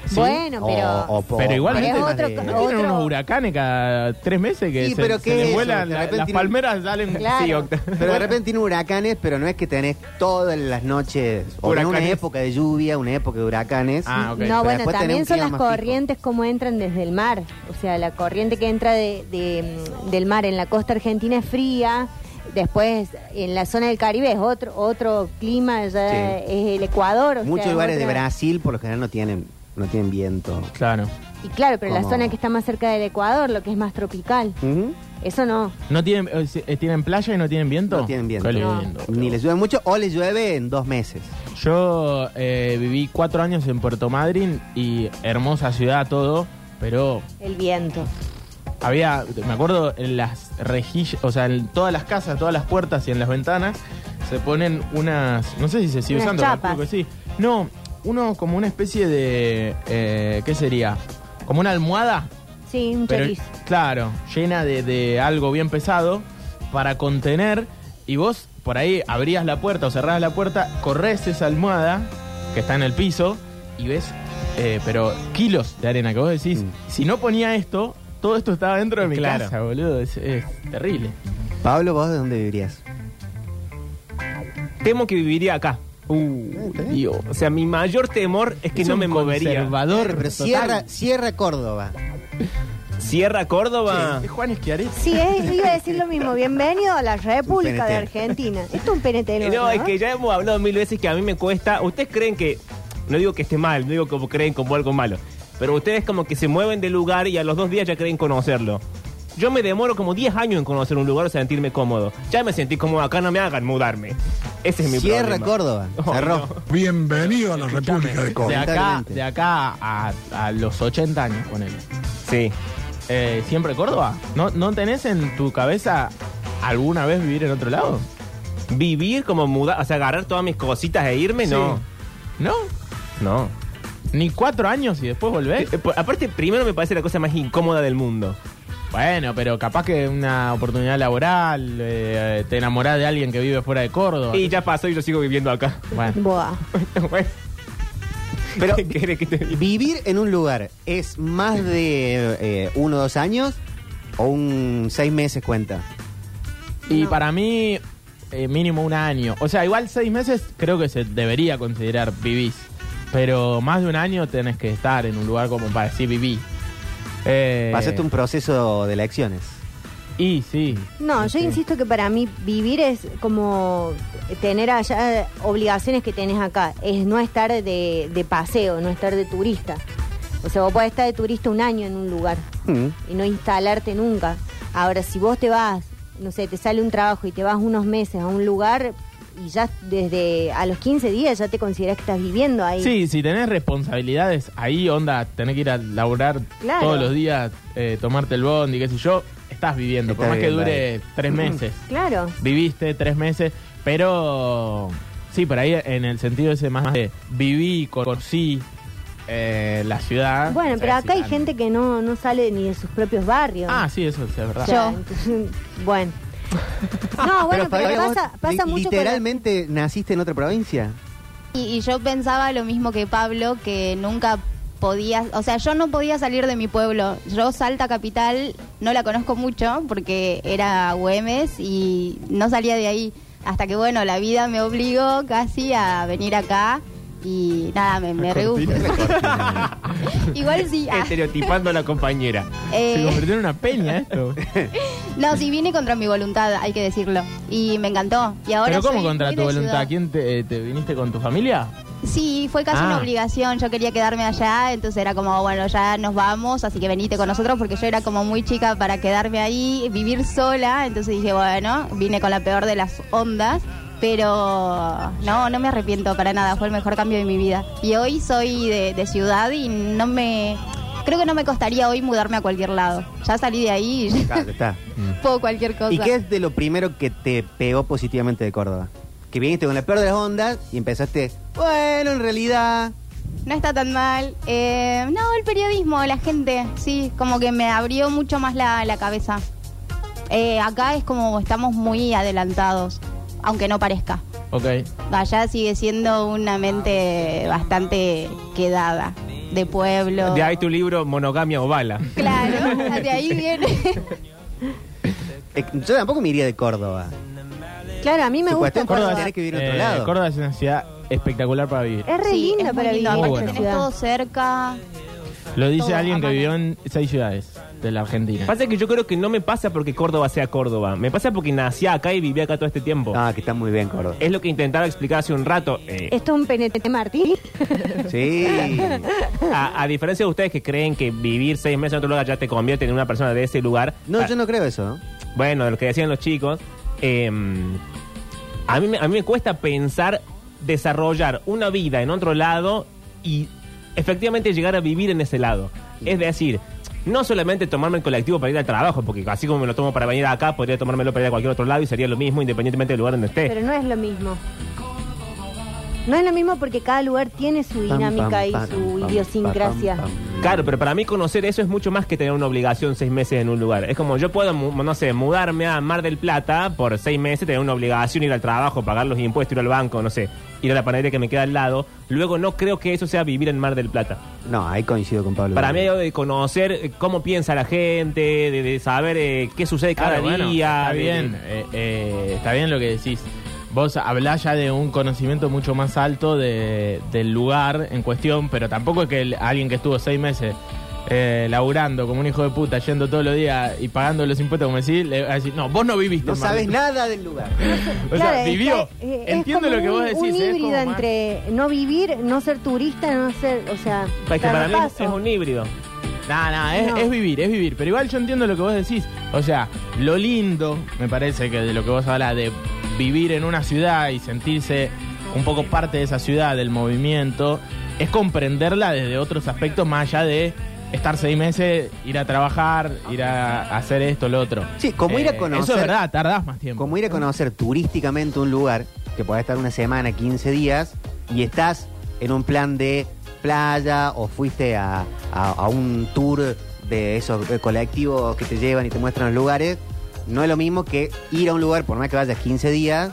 Speaker 3: Sí.
Speaker 4: Bueno,
Speaker 1: o-
Speaker 4: pero.
Speaker 1: o po-
Speaker 3: Pero igualmente-
Speaker 1: temas
Speaker 4: Pero es
Speaker 1: de-
Speaker 4: otro-
Speaker 3: ¿No
Speaker 4: otro-
Speaker 3: tienen unos huracanes cada tres meses que
Speaker 1: Sí,
Speaker 3: se,
Speaker 1: pero
Speaker 3: se
Speaker 1: ¿qué es
Speaker 3: les
Speaker 1: eso?
Speaker 3: vuelan?
Speaker 1: De
Speaker 3: la-
Speaker 1: repente
Speaker 3: las
Speaker 1: tienen-
Speaker 3: palmeras salen.
Speaker 4: Claro.
Speaker 3: Sí, Octa.
Speaker 1: Pero de repente tiene huracanes, pero no es que tenés todas las noches. O tenés una
Speaker 3: Huracanes.
Speaker 1: época de lluvia, una época de huracanes.
Speaker 3: Ah, ok.
Speaker 4: No,
Speaker 1: Pero
Speaker 4: bueno,
Speaker 1: después tenés
Speaker 4: también
Speaker 1: un
Speaker 4: son
Speaker 1: clima
Speaker 4: las
Speaker 1: más fijo.
Speaker 4: corrientes como entran desde el mar. O sea, la corriente que entra de- de, mm, del mar en la costa argentina es fría. Después, en la zona del Caribe es otro otro clima, ya
Speaker 1: Sí.
Speaker 4: es el Ecuador. o
Speaker 1: Muchos
Speaker 4: sea,
Speaker 1: lugares de
Speaker 4: otra-
Speaker 1: Brasil por lo general no tienen, no tienen viento.
Speaker 3: Claro.
Speaker 4: Y claro, pero la
Speaker 1: Como-
Speaker 4: zona que está más cerca del Ecuador, lo que es más tropical,
Speaker 1: Ujú.
Speaker 4: eso no.
Speaker 3: ¿No tienen, eh, si- eh, tienen playa y no tienen viento?
Speaker 1: No tienen viento.
Speaker 3: Qué
Speaker 4: No.
Speaker 3: lindo.
Speaker 1: Ni les llueve mucho o les llueve en dos meses.
Speaker 3: Yo eh, viví cuatro años en Puerto Madryn y hermosa ciudad todo, pero
Speaker 4: El viento.
Speaker 3: había, me acuerdo, en las rejillas, o sea, en todas las casas, todas las puertas y en las ventanas se ponen unas, no sé si se sigue
Speaker 4: Unas
Speaker 3: usando,
Speaker 4: chapas.
Speaker 3: calculo que sí. No, uno como una especie de, eh, ¿qué sería? Como una almohada,
Speaker 4: Sí, un
Speaker 3: pero,
Speaker 4: chorizo.
Speaker 3: claro, llena de, de algo bien pesado para contener y vos por ahí abrías la puerta o cerrabas la puerta, corres esa almohada que está en el piso y ves, eh, pero kilos de arena que vos decís,
Speaker 1: Mm.
Speaker 3: si no ponía esto, todo esto estaba dentro de mi
Speaker 2: Claro.
Speaker 3: casa, boludo, es, es terrible.
Speaker 1: Pablo, ¿vos de dónde vivirías?
Speaker 2: Temo que viviría acá. Uh.
Speaker 3: Dios.
Speaker 2: O sea, mi mayor temor es que
Speaker 3: Es
Speaker 2: no
Speaker 3: un
Speaker 2: me movería.
Speaker 3: Conservador,
Speaker 1: Pero
Speaker 3: total.
Speaker 1: Sierra, Sierra Córdoba.
Speaker 2: Sierra Córdoba.
Speaker 3: Es Eh, Juan Esquiaret.
Speaker 4: Sí, es- iba a decir lo mismo. Bienvenido a la República de
Speaker 1: PNT.
Speaker 4: Argentina. Esto es un PNT.
Speaker 2: Eh,
Speaker 4: ¿no?
Speaker 2: No, es que ya hemos hablado mil veces que a mí me cuesta. Ustedes creen que. No digo que esté mal, no digo como creen como algo malo. Pero ustedes como que se mueven de lugar y a los dos días ya creen conocerlo. Yo me demoro como 10 años en conocer un lugar o sentirme cómodo. Ya me sentí cómodo acá, no me hagan mudarme. Ese es mi
Speaker 1: Sierra
Speaker 2: problema.
Speaker 1: Córdoba.
Speaker 2: Oh,
Speaker 1: Cerró.
Speaker 2: no.
Speaker 6: Bienvenido a la República de
Speaker 3: De
Speaker 6: Córdoba.
Speaker 3: acá,
Speaker 1: Lamentablemente.
Speaker 3: de acá a, a los 80 años, ponele.
Speaker 2: Sí.
Speaker 3: Eh, ¿Siempre Córdoba? ¿No, ¿No tenés en tu cabeza alguna vez vivir en otro lado?
Speaker 2: Vivir como mudar, o sea, agarrar todas mis cositas e irme, no.
Speaker 3: ¿No?
Speaker 2: No.
Speaker 3: ¿Ni cuatro años y después volvés?
Speaker 2: Eh, por- Aparte, primero me parece la cosa más incómoda del mundo.
Speaker 3: Bueno, pero capaz que una oportunidad laboral, eh, te enamorás de alguien que vive fuera de Córdoba.
Speaker 2: Y ya pasó y yo sigo viviendo acá.
Speaker 3: Bueno,
Speaker 4: Buah.
Speaker 2: Pero, ¿qué querés que te diga?
Speaker 1: ¿Vivir en un lugar es más de eh, uno o dos años o un seis meses cuenta?
Speaker 3: y
Speaker 4: No.
Speaker 3: para mí, eh, mínimo un año. O sea, igual seis meses creo que se debería considerar vivís. Pero más de un año tenés que estar en un lugar como para decir viví. Eh,
Speaker 1: Pasaste un proceso de elecciones.
Speaker 3: Y sí.
Speaker 4: No, yo
Speaker 3: Sí.
Speaker 4: insisto que para mí vivir es como tener allá obligaciones que tenés acá, es no estar de, de paseo, no estar de turista. O sea, vos podés estar de turista un año en un lugar
Speaker 1: Mm.
Speaker 4: y no instalarte nunca. Ahora, si vos te vas, no sé, te sale un trabajo y te vas unos meses a un lugar y ya desde a los 15 días ya te considerás que estás viviendo ahí.
Speaker 3: Sí, si tenés responsabilidades, ahí onda, tenés que ir a laburar
Speaker 4: Claro.
Speaker 3: todos los días, eh, tomarte el bondi, qué sé yo, estás viviendo, por
Speaker 1: Está
Speaker 3: más que
Speaker 1: bien,
Speaker 3: dure tres
Speaker 4: Mm.
Speaker 3: meses.
Speaker 4: Claro.
Speaker 3: Viviste tres meses, pero sí, por ahí en el sentido ese más de viví, conocí eh, la ciudad.
Speaker 4: Bueno,
Speaker 3: No sé
Speaker 4: pero
Speaker 3: si
Speaker 4: acá hay
Speaker 3: tan-
Speaker 4: gente que no, no sale ni de sus propios barrios.
Speaker 3: Ah, sí, eso es verdad.
Speaker 4: O sea,
Speaker 5: Yo.
Speaker 4: entonces, bueno. No, bueno, pero,
Speaker 1: Fabián,
Speaker 4: pasa,
Speaker 1: vos
Speaker 4: pasa
Speaker 1: li-
Speaker 4: mucho con la-
Speaker 1: ¿Literalmente naciste en otra provincia?
Speaker 5: Y, y yo pensaba lo mismo que Pablo, que nunca podía, o sea, yo no podía salir de mi pueblo. Yo Salta Capital no la conozco mucho porque era Güemes y no salía de ahí. Hasta que, bueno, la vida me obligó casi a venir acá y nada, me, me re
Speaker 3: Cortina.
Speaker 5: gusta. Igual sí. ah,
Speaker 2: Este, Estereotipando a la compañera.
Speaker 5: eh,
Speaker 3: Se convirtió en una peña esto.
Speaker 5: no, sí vine contra mi voluntad, hay que decirlo. Y me encantó. Y ahora
Speaker 3: pero ¿cómo
Speaker 5: soy
Speaker 3: contra
Speaker 5: muy
Speaker 3: tu
Speaker 5: de
Speaker 3: voluntad?
Speaker 5: ciudad.
Speaker 3: ¿Quién te, eh, te viniste con tu familia?
Speaker 5: Sí, fue casi una
Speaker 3: Ah.
Speaker 5: obligación. Yo quería quedarme allá, entonces era como, bueno, ya nos vamos, así que venite con nosotros, porque yo era como muy chica para quedarme ahí, vivir sola. Entonces dije, bueno, vine con la peor de las ondas, pero no, no me arrepiento para nada. Fue el mejor cambio de mi vida. Y hoy soy de, de ciudad y no me. Creo que no me costaría hoy mudarme a cualquier lado. Ya salí de ahí y ya
Speaker 1: Claro, está.
Speaker 5: puedo cualquier cosa.
Speaker 1: ¿Y qué es de lo primero que te pegó positivamente de Córdoba? Que viniste con la peor de las ondas y empezaste, bueno, en realidad...
Speaker 5: No está tan mal. Eh, no, el periodismo, la gente, sí, como que me abrió mucho más la, la cabeza. Eh, acá es como estamos muy adelantados, aunque no parezca.
Speaker 3: Ok.
Speaker 5: Allá sigue siendo una mente bastante quedada, de pueblo.
Speaker 2: De ahí tu libro Monogamia o Bala.
Speaker 5: Claro, de ahí viene.
Speaker 1: eh, yo tampoco me iría de Córdoba.
Speaker 4: Claro, a mí me
Speaker 1: Su
Speaker 4: gusta
Speaker 1: cuestión, Córdoba
Speaker 4: Córdoba.
Speaker 1: tenés que vivir en otro
Speaker 3: Eh,
Speaker 1: lado.
Speaker 3: Córdoba es una ciudad espectacular para vivir.
Speaker 4: Es re
Speaker 5: Sí,
Speaker 4: linda
Speaker 5: es muy
Speaker 4: para vivir
Speaker 5: lindo,
Speaker 3: Muy
Speaker 5: aparte
Speaker 3: bueno.
Speaker 5: tenés todo cerca.
Speaker 3: Lo dice
Speaker 5: Todo,
Speaker 3: alguien que
Speaker 5: amame.
Speaker 3: vivió en seis ciudades de la Argentina.
Speaker 2: Pasa que yo creo que no me pasa porque Córdoba sea Córdoba. Me pasa porque nací acá y viví acá todo este tiempo.
Speaker 1: Ah, que está muy bien Córdoba.
Speaker 2: Es lo que intentaba explicar hace un rato. eh,
Speaker 4: Esto es un penete Martín.
Speaker 1: Sí.
Speaker 2: a, a diferencia de ustedes que creen que vivir seis meses en otro lugar ya te convierte en una persona de ese lugar.
Speaker 1: No,
Speaker 2: Ah,
Speaker 1: yo no creo eso.
Speaker 2: Bueno, de lo que decían los chicos. eh, a, mí, me- a mí me cuesta pensar desarrollar una vida en otro lado y efectivamente llegar a vivir en ese lado. Es decir, no solamente tomarme el colectivo para ir al trabajo, porque así como me lo tomo para venir acá, podría tomármelo para ir a cualquier otro lado y sería lo mismo independientemente del lugar donde esté.
Speaker 4: Pero no es lo mismo. No es lo mismo porque cada lugar tiene su
Speaker 1: Pam,
Speaker 4: dinámica
Speaker 1: pam,
Speaker 4: y
Speaker 1: pam,
Speaker 4: su
Speaker 1: pam,
Speaker 4: idiosincrasia.
Speaker 1: pam, pam, pam.
Speaker 2: Claro, pero para mí conocer eso es mucho más que tener una obligación seis meses en un lugar. Es como yo puedo, mu- no sé, mudarme a Mar del Plata por seis meses, tener una obligación, ir al trabajo, pagar los impuestos, ir al banco, no sé, ir a la panadería que me queda al lado. Luego no creo que eso sea vivir en Mar del Plata.
Speaker 1: No, ahí coincido con Pablo.
Speaker 2: Para mí hay algo de conocer eh, cómo piensa la gente, de, de saber eh, qué sucede cada
Speaker 3: Claro, bueno,
Speaker 2: día.
Speaker 3: Está
Speaker 2: de-
Speaker 3: bien, eh, eh, está bien lo que decís. Vos hablás ya de un conocimiento mucho más alto de- del lugar en cuestión, pero tampoco es que el- alguien que estuvo seis meses eh, laburando como un hijo de puta, yendo todos los días y pagando los impuestos, como decís, le va a decir, no, vos no viviste.
Speaker 1: No
Speaker 3: en Mar
Speaker 1: sabes
Speaker 3: del
Speaker 1: nada del lugar.
Speaker 3: Plata". O
Speaker 4: Claro,
Speaker 3: sea,
Speaker 4: está-
Speaker 3: vivió.
Speaker 4: eh, es
Speaker 3: Entiendo
Speaker 4: como
Speaker 3: lo que vos
Speaker 4: un-
Speaker 3: decís. ¿eh?
Speaker 4: Un
Speaker 3: es como
Speaker 4: híbrido
Speaker 3: más-
Speaker 4: entre no vivir, no ser turista, no ser. O sea,
Speaker 2: Es que para mí es-
Speaker 4: zarpazo.
Speaker 2: es un híbrido.
Speaker 3: Nah, nah, es,
Speaker 4: No.
Speaker 3: es vivir, es vivir. Pero igual yo entiendo lo que vos decís. O sea, lo lindo, me parece que de lo que vos hablas, de vivir en una ciudad y sentirse un poco parte de esa ciudad, del movimiento, es comprenderla desde otros aspectos más allá de estar seis meses, ir a trabajar, ir a hacer esto, lo otro. Eh,
Speaker 1: Sí,
Speaker 2: Eh,
Speaker 1: como ir a conocer-
Speaker 3: Eso es verdad, tardás más tiempo.
Speaker 1: Como ir a conocer turísticamente un lugar, que podés estar una semana, 15 días, y estás en un plan de playa o fuiste a, a- a un tour de esos eh, colectivos que te llevan y te muestran los lugares, no es lo mismo que ir a un lugar, por más que vayas 15 días,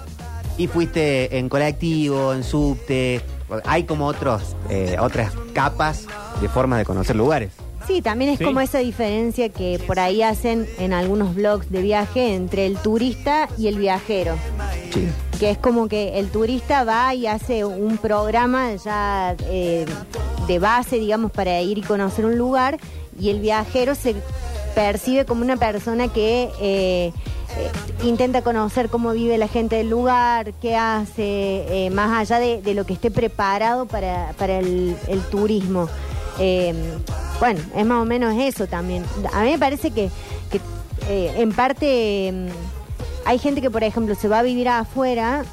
Speaker 1: y fuiste en colectivo, en subte. Hay como otros, eh, otras capas de formas de conocer lugares.
Speaker 4: Sí, también es
Speaker 2: Sí.
Speaker 4: como esa diferencia que por ahí hacen en algunos blogs de viaje entre el turista y el viajero.
Speaker 1: Sí.
Speaker 4: que es como que el turista va y hace un programa ya eh, de base, digamos, para ir y conocer un lugar, y el viajero se percibe como una persona que eh, eh, intenta conocer cómo vive la gente del lugar, qué hace, eh, más allá de, de lo que esté preparado para, para el, el turismo. Eh, Bueno, es más o menos eso también. A mí me parece que, que, eh, en parte mm, hay gente que, por ejemplo, se va a vivir afuera.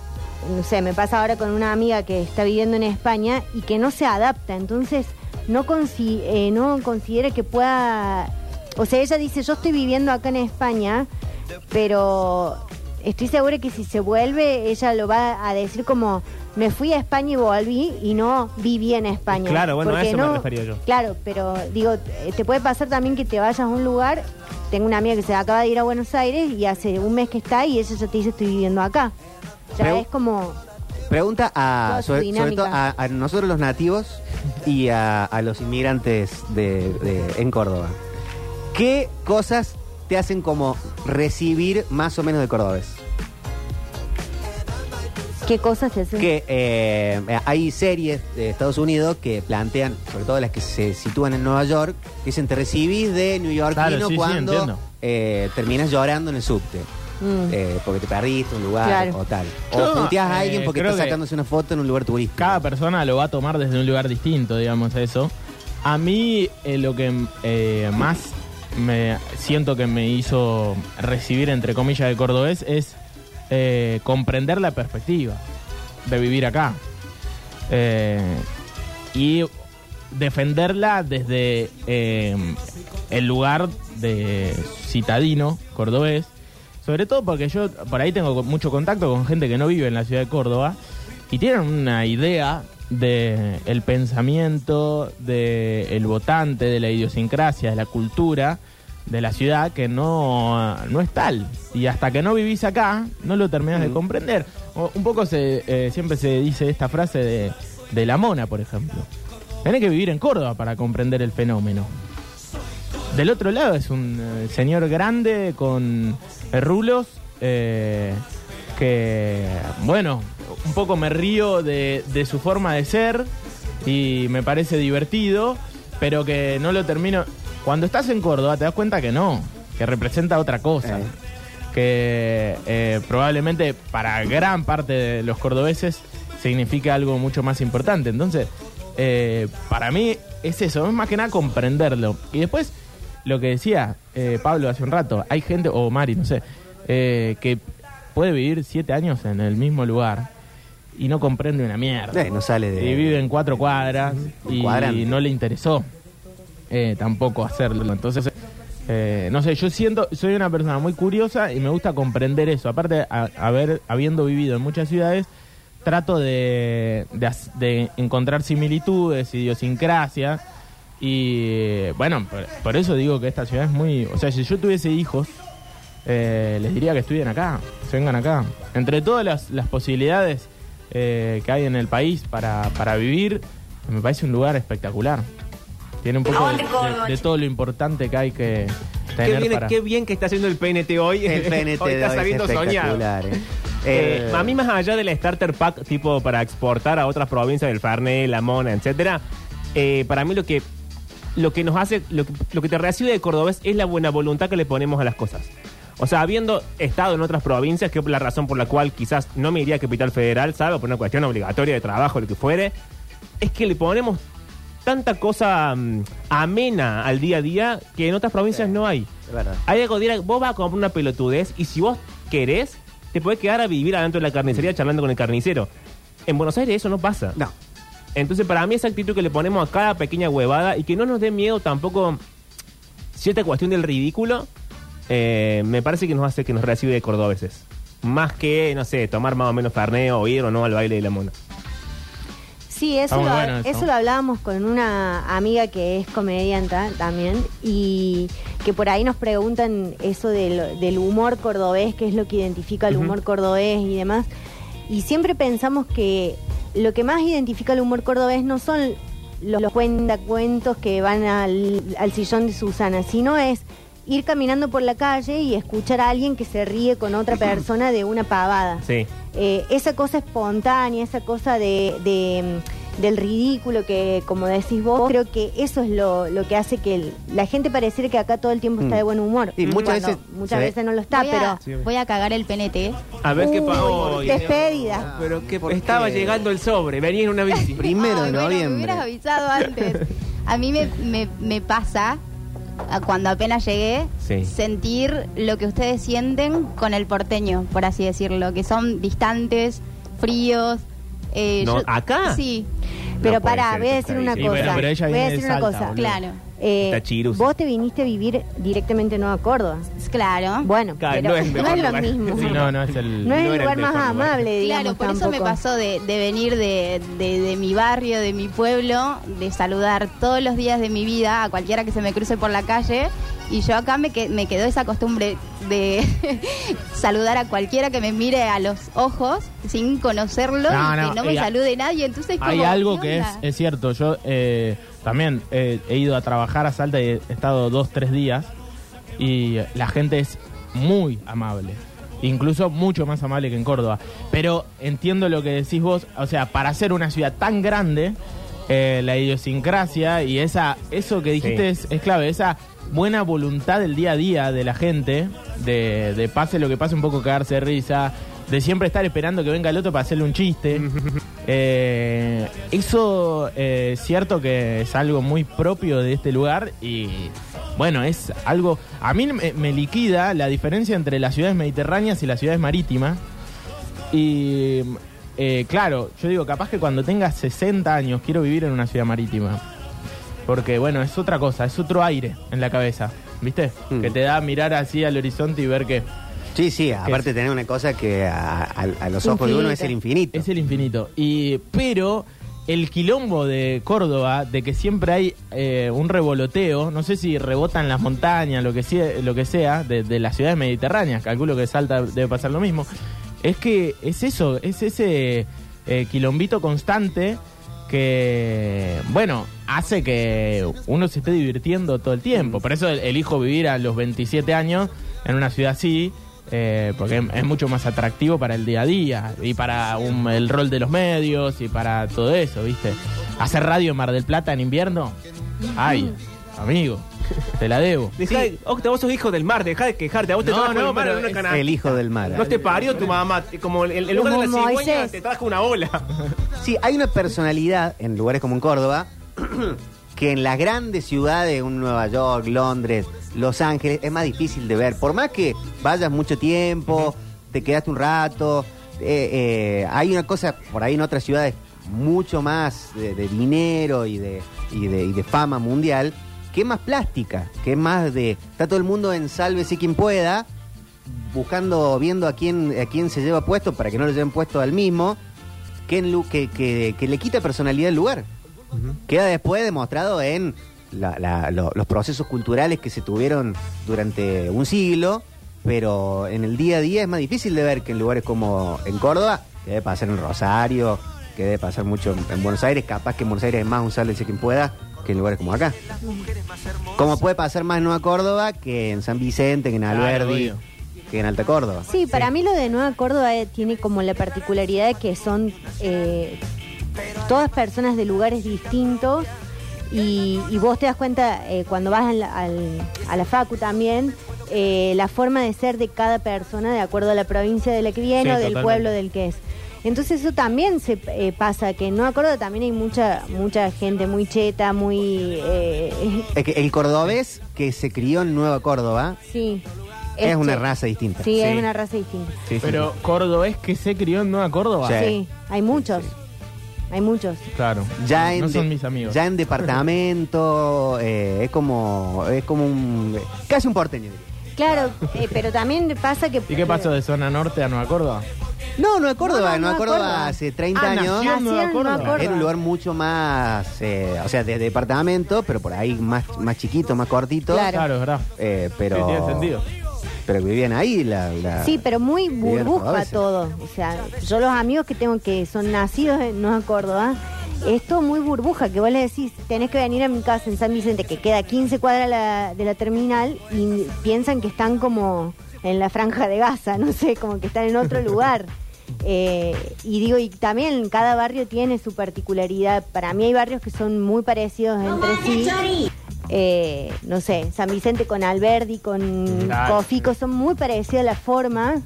Speaker 4: No sé, me pasa ahora con una amiga que está viviendo en España y que no se adapta. Entonces, no, consi- eh, no considera que pueda... O sea, ella dice, yo estoy viviendo acá en España, pero estoy segura que si se vuelve, ella lo va a decir como... Me fui a España y volví y no viví en España.
Speaker 2: Claro, bueno, a
Speaker 4: Porque
Speaker 2: eso me
Speaker 4: no-
Speaker 2: refería yo.
Speaker 4: Claro, pero digo, eh, te puede pasar también que te vayas a un lugar. Tengo una amiga que se acaba de ir a Buenos Aires y hace un mes que está y ella ya te dice estoy viviendo acá. O sea,
Speaker 1: Pregu-
Speaker 4: es como...
Speaker 1: Pregunta a,
Speaker 4: Toda su
Speaker 1: sobre, sobre
Speaker 4: dinámica.
Speaker 1: todo a, a nosotros los nativos y a, a los inmigrantes de, de- en Córdoba. ¿Qué cosas te hacen como recibir más o menos de cordobés?
Speaker 4: ¿Qué cosas te hacen?
Speaker 1: Que eh, hay series de Estados Unidos que plantean, sobre todo las que se sitúan en Nueva York, que dicen te recibís de New Yorkino
Speaker 3: Claro, sí, sí,
Speaker 1: cuando
Speaker 3: entiendo.
Speaker 1: eh, terminas llorando en el subte.
Speaker 4: Mm.
Speaker 1: eh, porque te perdiste un lugar
Speaker 4: Claro.
Speaker 1: o tal.
Speaker 3: Yo,
Speaker 1: O punteás a
Speaker 3: eh,
Speaker 1: alguien porque
Speaker 3: creo
Speaker 1: está
Speaker 3: que-
Speaker 1: sacándose una foto en un lugar turístico.
Speaker 3: Cada persona lo va a tomar desde un lugar distinto, digamos, eso. A mí eh, lo que eh, más me siento que me hizo recibir, entre comillas, de cordobés es eh, comprender la perspectiva de vivir acá. Eh, y defenderla desde eh, el lugar de citadino, cordobés. Sobre todo porque yo por ahí tengo co- mucho contacto con gente que no vive en la ciudad de Córdoba y tienen una idea de el pensamiento del votante, de la idiosincrasia, de la cultura de la ciudad que no, no es tal. Y hasta que no vivís acá, no lo terminás de comprender. O- un poco se, eh, siempre se dice esta frase de, de la mona, por ejemplo. Tenés que vivir en Córdoba para comprender el fenómeno. Del otro lado es un eh, señor grande con eh, rulos eh, que, bueno, un poco me río de, de su forma de ser y me parece divertido, pero que no lo termino. Cuando estás en Córdoba te das cuenta que no, que representa otra cosa.
Speaker 1: Eh.
Speaker 3: Que eh, probablemente para gran parte de los cordobeses significa algo mucho más importante. Entonces, eh, para mí es eso, es más que nada comprenderlo. Y después, lo que decía eh, Pablo hace un rato, hay gente, o Mari, no sé, eh, que puede vivir siete años en el mismo lugar y no comprende una mierda.
Speaker 1: Eh, no sale de.
Speaker 3: Y vive en cuatro cuadras y,
Speaker 1: Cuadrante.
Speaker 3: no le interesó eh, tampoco hacerlo. Entonces, eh, no sé, yo siento, soy una persona muy curiosa y me gusta comprender eso. Aparte, a- haber, habiendo vivido en muchas ciudades, trato de, de, as- de encontrar similitudes, idiosincrasias. Y eh, bueno, por, por eso digo que esta ciudad es muy... O sea, si yo tuviese hijos, eh, les diría que estudien acá, se vengan acá. Entre todas las, las posibilidades eh, que hay en el país para, para vivir, me parece un lugar espectacular. Tiene un poco de, de- de todo lo importante que hay que
Speaker 2: Qué
Speaker 3: tener
Speaker 2: bien,
Speaker 3: para...
Speaker 2: qué bien que está haciendo el PNT hoy.
Speaker 1: El PNT
Speaker 2: hoy
Speaker 1: de
Speaker 2: está
Speaker 1: hoy es
Speaker 2: sabiendo soñar.
Speaker 1: espectacular. eh.
Speaker 2: Eh,
Speaker 1: El-
Speaker 2: a mí más allá del starter pack tipo para exportar a otras provincias del Farné, La Mona, etcétera, eh, para mí lo que lo que nos hace, lo que, lo que te recibe de cordobés es la buena voluntad que le ponemos a las cosas. O sea, habiendo estado en otras provincias, que es la razón por la cual quizás no me iría a Capital Federal, ¿sabes? Por una cuestión obligatoria de trabajo, lo que fuere, es que le ponemos tanta cosa mm, amena al día a día que en otras provincias no hay.
Speaker 1: Es verdad.
Speaker 2: Hay algo dirá, vos vas a comprar una pelotudez y si vos querés, te podés quedar a vivir adentro de la carnicería charlando con el carnicero. En Buenos Aires eso no pasa.
Speaker 1: No.
Speaker 2: Entonces, para mí esa actitud que le ponemos a cada pequeña huevada y que no nos dé miedo tampoco cierta cuestión del ridículo, eh, me parece que nos hace que nos recibe de cordobeses. Más que, no sé, tomar más o menos farneo o ir o no al baile de la mona.
Speaker 4: Sí, eso,
Speaker 3: Está muy
Speaker 4: lo,
Speaker 3: bueno eso.
Speaker 4: eso lo hablábamos con una amiga que es comedianta también y que por ahí nos preguntan eso del, del humor cordobés, qué es lo que identifica el humor cordobés y demás. Y siempre pensamos que lo que más identifica el humor cordobés no son los, los cuentacuentos que van al, al sillón de Susana, sino es ir caminando por la calle y escuchar a alguien que se ríe con otra persona de una pavada
Speaker 2: Sí.
Speaker 4: eh, esa cosa espontánea, esa cosa de, de, mm, del ridículo que, como decís vos, creo que eso es lo, lo que hace que el- la gente pareciera que acá todo el tiempo está de buen humor.
Speaker 1: Sí, muchas
Speaker 4: Cuando
Speaker 1: veces
Speaker 4: muchas
Speaker 1: se ve-
Speaker 4: veces no lo está,
Speaker 5: voy,
Speaker 4: pero...
Speaker 5: a, voy a cagar el PNT.
Speaker 2: A ver qué
Speaker 4: Uy,
Speaker 2: pasa.
Speaker 4: despedida.
Speaker 1: Ah,
Speaker 2: Pero que
Speaker 1: ¿Por
Speaker 2: estaba
Speaker 1: qué?
Speaker 2: llegando el sobre, venía en una bici.
Speaker 1: Primero
Speaker 5: Ay,
Speaker 1: de
Speaker 5: Ah, bueno, me
Speaker 1: noviembre.
Speaker 5: hubieras avisado antes. A mí me, me- me pasa, a cuando apenas llegué,
Speaker 2: Sí.
Speaker 5: sentir lo que ustedes sienten con el porteño, por así decirlo, que son distantes, fríos. eh,
Speaker 2: No, ¿acá?
Speaker 5: Sí,
Speaker 4: Pero
Speaker 2: No puede
Speaker 4: pará,
Speaker 2: ser
Speaker 4: voy a
Speaker 2: que
Speaker 4: decir
Speaker 2: está
Speaker 4: una
Speaker 2: ahí.
Speaker 3: Y bueno,
Speaker 4: cosa.
Speaker 3: pero ella
Speaker 4: voy a
Speaker 3: viene de
Speaker 4: decir una
Speaker 3: Salta,
Speaker 4: cosa.
Speaker 3: boludo.
Speaker 5: claro,
Speaker 4: Eh,
Speaker 2: Está Chirus.
Speaker 4: vos te viniste a vivir directamente a Nueva Córdoba.
Speaker 5: claro.
Speaker 4: Bueno,
Speaker 2: Claro,
Speaker 4: pero
Speaker 2: no es el mejor
Speaker 4: lo
Speaker 2: lugar.
Speaker 4: mismo.
Speaker 2: Sí,
Speaker 3: Sí, no, no es el.
Speaker 4: No es
Speaker 2: no
Speaker 4: el
Speaker 2: era
Speaker 4: lugar
Speaker 2: el
Speaker 4: más
Speaker 2: mejor lugar.
Speaker 4: amable,
Speaker 5: Claro,
Speaker 4: digamos,
Speaker 5: por eso me
Speaker 4: tampoco.
Speaker 5: pasó de, de venir de, de- de mi barrio, de mi pueblo, de saludar todos los días de mi vida a cualquiera que se me cruce por la calle. Y yo acá me, que- me quedó esa costumbre de saludar a cualquiera que me mire a los ojos sin conocerlo
Speaker 3: No,
Speaker 5: y
Speaker 3: no,
Speaker 5: que no me
Speaker 3: hay-
Speaker 5: salude nadie. Entonces,
Speaker 3: Hay
Speaker 5: como,
Speaker 3: algo
Speaker 5: ¿qué
Speaker 3: que es,
Speaker 5: onda?
Speaker 3: es cierto. Yo eh, también eh, he ido a trabajar a Salta y he estado dos, tres días. Y la gente es muy amable. Incluso mucho más amable que en Córdoba. Pero entiendo lo que decís vos. O sea, para ser una ciudad tan grande, eh, la idiosincrasia y esa eso que dijiste
Speaker 2: Sí.
Speaker 3: es, es clave. Esa buena voluntad del día a día de la gente, de, de pase lo que pase, un poco cagarse de risa. De siempre estar esperando que venga el otro para hacerle un chiste. Eh, eso eh, es cierto que es algo muy propio de este lugar y bueno, es algo... A mí me, me liquida la diferencia entre las ciudades mediterráneas y las ciudades marítimas. Y eh, claro, yo digo, capaz que cuando tenga 60 años quiero vivir en una ciudad marítima. Porque bueno, es otra cosa, es otro aire en la cabeza, ¿viste?
Speaker 1: Mm.
Speaker 3: Que te da mirar así al horizonte y ver que
Speaker 1: Sí, sí, aparte tener una cosa que a, a- a los ojos de uno es el infinito.
Speaker 3: Es el infinito. Y, pero el quilombo de Córdoba, de que siempre hay eh, un revoloteo, no sé si rebotan las montañas, lo que sea, lo que sea de, de las ciudades mediterráneas, calculo que Salta debe pasar lo mismo, es que es eso, es ese eh, quilombito constante que, bueno, hace que uno se esté divirtiendo todo el tiempo. Por eso el- elijo vivir a los 27 años en una ciudad así, eh, porque es, es mucho más atractivo para el día a día y para un- el rol de los medios y para todo eso, ¿viste? Hacer radio en Mar del Plata en invierno, ay, amigo, te la debo.
Speaker 2: Dejá de- Octa, vos sos hijo del mar, dejá de quejarte. A vos te
Speaker 3: No,
Speaker 2: trajo
Speaker 3: no,
Speaker 2: el mar en
Speaker 3: pero
Speaker 2: una
Speaker 3: es
Speaker 2: canasta.
Speaker 1: El hijo del mar.
Speaker 2: No te parió tu mamá. te- Como el, el lugar de la
Speaker 4: Como
Speaker 2: cigüeña
Speaker 4: Moisés.
Speaker 2: te trajo una ola.
Speaker 1: Sí, hay una personalidad en lugares como en Córdoba que en las grandes ciudades, un Nueva York, Londres, Los Ángeles, es más difícil de ver. Por más que vayas mucho tiempo, te quedaste un rato, eh, eh, hay una cosa por ahí en otras ciudades mucho más de, de dinero y de, y, de, y de fama mundial, que es más plástica, que es más de... Está todo el mundo en sálvese quien pueda, buscando, viendo a quién, a quién se lleva puesto para que no lo lleven puesto al mismo, que, en lu- que, que- que le quita personalidad al lugar. Queda después demostrado en la- la- lo- los procesos culturales que se tuvieron durante un siglo, pero en el día a día es más difícil de ver que en lugares como en Córdoba, que debe pasar en Rosario, que debe pasar mucho en, en Buenos Aires, capaz que en Buenos Aires es más un sálvese quien pueda que en lugares como acá. Como puede pasar más en Nueva Córdoba que en San Vicente, que en
Speaker 3: Claro,
Speaker 1: Alberdi,
Speaker 3: obvio.
Speaker 1: que en Alta Córdoba.
Speaker 4: Sí, para mí lo de Nueva Córdoba eh, tiene como la particularidad de que son eh, todas personas de lugares distintos y, y vos te das cuenta eh, cuando vas al- al- a la facu también eh, la forma de ser de cada persona de acuerdo a la provincia de la que viene
Speaker 3: Sí,
Speaker 4: o del
Speaker 3: totalmente.
Speaker 4: pueblo del que es. Entonces eso también se eh, pasa, que en Nueva Córdoba también hay mucha mucha gente muy cheta, muy... eh,
Speaker 1: Es que el cordobés que se crió en Nueva Córdoba
Speaker 4: sí.
Speaker 1: es una
Speaker 4: che-
Speaker 1: raza distinta.
Speaker 4: Este, Sí, es
Speaker 2: Sí.
Speaker 4: una raza distinta.
Speaker 3: Pero cordobés que se crió en Nueva Córdoba.
Speaker 1: Sí.
Speaker 4: Sí, hay muchos. Hay muchos.
Speaker 3: Claro.
Speaker 1: Ya en
Speaker 3: no son
Speaker 1: de-
Speaker 3: mis amigos.
Speaker 1: Ya en departamento, eh, es como es como un casi un porteño. diría.
Speaker 4: Claro, eh, pero también pasa que.
Speaker 3: ¿Y qué pasó de zona norte a Nueva Córdoba?
Speaker 1: No, Nueva Córdoba, Nueva
Speaker 4: No, no, Nueva
Speaker 1: Córdoba,
Speaker 4: Córdoba.
Speaker 1: hace 30
Speaker 3: Ah,
Speaker 1: años
Speaker 3: nació en Nueva
Speaker 4: Nacieron en Nueva
Speaker 3: Córdoba.
Speaker 4: Córdoba.
Speaker 1: era un lugar mucho más, eh, o sea, de departamento, pero por ahí más más chiquito, más cortito.
Speaker 4: Claro.
Speaker 3: es verdad.
Speaker 1: Eh, pero
Speaker 3: Sí, tiene sentido.
Speaker 1: Pero vivían ahí la, la-
Speaker 4: Sí, pero muy
Speaker 1: Vivían
Speaker 4: burbuja
Speaker 1: cordobeses.
Speaker 4: todo. O sea, yo los amigos que tengo que son nacidos en Nueva Córdoba, ¿ah? es todo muy burbuja, que vos le decís, tenés que venir a mi casa en San Vicente, que queda 15 cuadras la- de la terminal, y piensan que están como en la franja de Gaza, no sé, como que están en otro lugar. Eh, y digo, y también cada barrio tiene su particularidad. Para mí hay barrios que son muy parecidos entre sí. Eh, no sé, San Vicente con Alberdi, con
Speaker 3: Claro.
Speaker 4: Cofico, son muy parecidas las formas.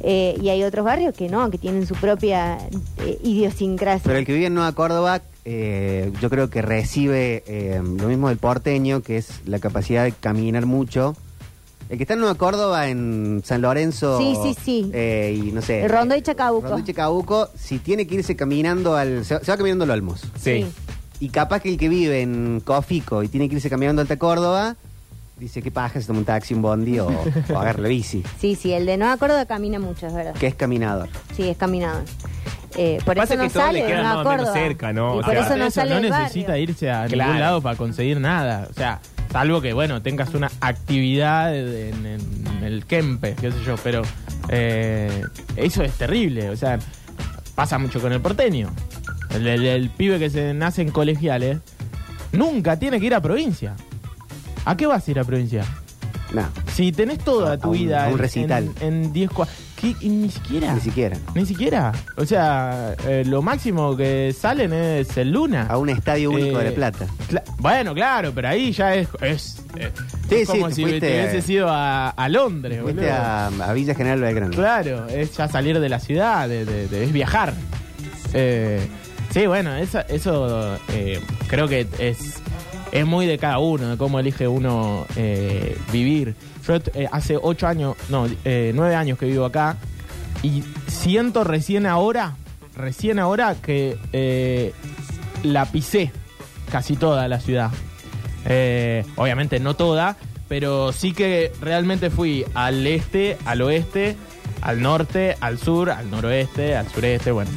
Speaker 4: Eh, y hay otros barrios que no, que tienen su propia eh, idiosincrasia.
Speaker 1: Pero el que vive en Nueva Córdoba, eh, yo creo que recibe eh, lo mismo del porteño, que es la capacidad de caminar mucho. El que está en Nueva Córdoba, en San Lorenzo.
Speaker 4: Sí, sí, sí.
Speaker 1: eh, y no sé.
Speaker 4: Rondó y
Speaker 1: eh,
Speaker 4: Chacabuco.
Speaker 1: Rondó y Chacabuco, si tiene que irse caminando al. Se va, se va caminando al Olmos.
Speaker 2: Sí.
Speaker 4: Sí.
Speaker 1: Y capaz que el que vive en Cofico y tiene que irse caminando alta Córdoba, dice que paja, se toma un taxi, un bondi o, o agarra la bici.
Speaker 4: Sí, sí, el de Nueva Córdoba camina mucho, es verdad.
Speaker 1: Que es caminador.
Speaker 4: Sí, es caminado. Eh, por
Speaker 2: Pasa
Speaker 4: eso no
Speaker 2: que todo le
Speaker 4: sale de
Speaker 2: queda
Speaker 4: Nueva
Speaker 2: más o menos
Speaker 4: Córdoba.
Speaker 2: cerca, ¿no?
Speaker 4: Y
Speaker 2: O
Speaker 4: por
Speaker 2: sea,
Speaker 4: eso no
Speaker 2: eso
Speaker 4: sale
Speaker 3: no
Speaker 4: del barrio.
Speaker 3: necesita irse a
Speaker 2: Claro.
Speaker 3: ningún lado para conseguir nada. O sea, salvo que, bueno, tengas una actividad en, en el Kempe, qué sé yo, pero eh, eso es terrible. O sea, pasa mucho con el porteño. El, el- el pibe que se nace en colegiales nunca tiene que ir a provincia. ¿A qué vas a ir a provincia?
Speaker 1: No,
Speaker 3: Si tenés toda
Speaker 1: A
Speaker 3: tu
Speaker 1: un-
Speaker 3: vida
Speaker 1: a un
Speaker 3: en-
Speaker 1: recital.
Speaker 3: en 10 cuadras. Ni siquiera.
Speaker 4: Ah.
Speaker 1: ni siquiera.
Speaker 3: Ni siquiera. O sea, eh, lo máximo que salen es el Luna.
Speaker 1: A un estadio único
Speaker 3: Eh,
Speaker 1: de La Plata.
Speaker 3: Cla- bueno, claro, pero ahí ya es. es, eh,
Speaker 1: Sí,
Speaker 3: es
Speaker 1: sí,
Speaker 3: como
Speaker 1: te
Speaker 3: si
Speaker 1: fuiste-
Speaker 3: te hubieses ido a, a Londres,
Speaker 1: Fuiste
Speaker 3: boludo.
Speaker 1: a, a Villa General Belgrano.
Speaker 3: Claro, es ya salir de la ciudad, de, de- de- es viajar. Eh, sí, bueno, eso, eso eh, creo que es, es muy de cada uno, de cómo elige uno eh, vivir. Yo eh, hace ocho años, no, eh, nueve años que vivo acá y siento recién ahora, recién ahora que eh, la pisé casi toda la ciudad. Eh, obviamente no toda, pero sí que realmente fui al este, al oeste, al norte, al sur, al noroeste, al sureste, bueno.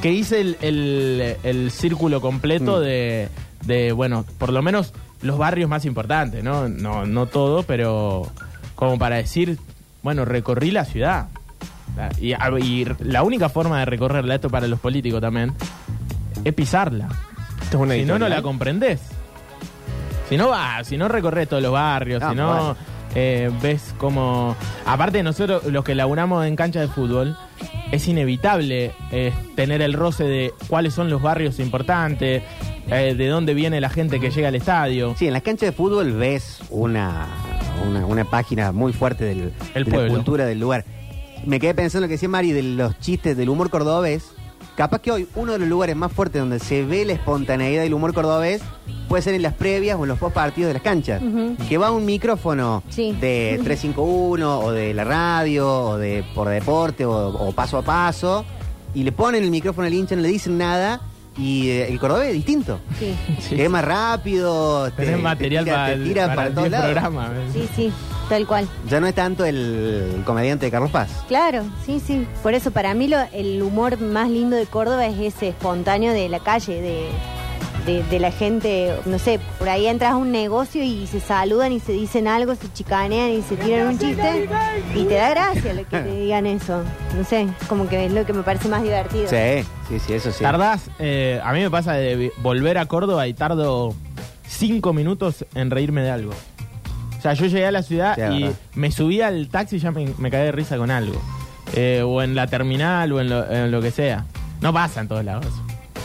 Speaker 3: Que hice el, el- el círculo completo
Speaker 1: Mm.
Speaker 3: de, de, bueno, por lo menos los barrios más importantes, ¿no? No, no todo, pero como para decir, bueno, recorrí la ciudad. Y, a- y la única forma de recorrerla, esto para los políticos también, es pisarla.
Speaker 2: Esto es una
Speaker 3: Si no, no
Speaker 2: editorial.
Speaker 3: la
Speaker 1: ¿eh?
Speaker 3: comprendés. Si no va, si no recorres todos los barrios,
Speaker 1: Ah,
Speaker 3: si no
Speaker 1: bueno.
Speaker 3: eh, ves como... Aparte de nosotros, los que laburamos en cancha de fútbol, es inevitable eh, tener el roce de cuáles son los barrios importantes, eh, de dónde viene la gente que llega al estadio.
Speaker 1: Sí, en las canchas de fútbol ves una, una, una página muy fuerte del,
Speaker 3: El
Speaker 1: de la
Speaker 3: pueblo.
Speaker 1: cultura del lugar. Me quedé pensando lo que decía Mari de los chistes del humor cordobés. Capaz que hoy uno de los lugares más fuertes donde se ve la espontaneidad del humor cordobés puede ser en las previas o en los post partidos de las canchas.
Speaker 4: Ujú.
Speaker 1: Que va un micrófono
Speaker 4: Sí.
Speaker 1: de 351 o de la radio o de por deporte o, o paso a paso y le ponen el micrófono al hincha, no le dicen nada y eh, el cordobés es distinto.
Speaker 4: Sí,
Speaker 3: Sí.
Speaker 1: Que es más rápido. te-
Speaker 3: Tenés
Speaker 1: te
Speaker 3: material
Speaker 1: tira-
Speaker 3: para,
Speaker 1: te tira
Speaker 3: para,
Speaker 1: para todos
Speaker 3: 10
Speaker 1: lados.
Speaker 3: programas.
Speaker 4: sí, sí, tal cual.
Speaker 1: Ya no es tanto el comediante de Carlos Paz.
Speaker 4: Claro, sí, sí. Por eso, para mí, lo- el humor más lindo de Córdoba es ese espontáneo de la calle, de, de- de la gente. No sé, por ahí entras a un negocio y se saludan y se dicen algo, se chicanean y se tiran un chiste. Y te da gracia lo que te digan eso. No sé, como que es lo que me parece más divertido.
Speaker 1: Sí, sí, sí, eso sí.
Speaker 3: Tardás, eh, a mí me pasa de vi- volver a Córdoba y tardo cinco minutos en reírme de algo. O sea, yo llegué a la ciudad
Speaker 1: Sí, es
Speaker 3: y
Speaker 1: verdad.
Speaker 3: me subí al taxi y ya me, me caí de risa con algo. Eh, o en la terminal o en lo, en lo que sea. No pasa en todos lados.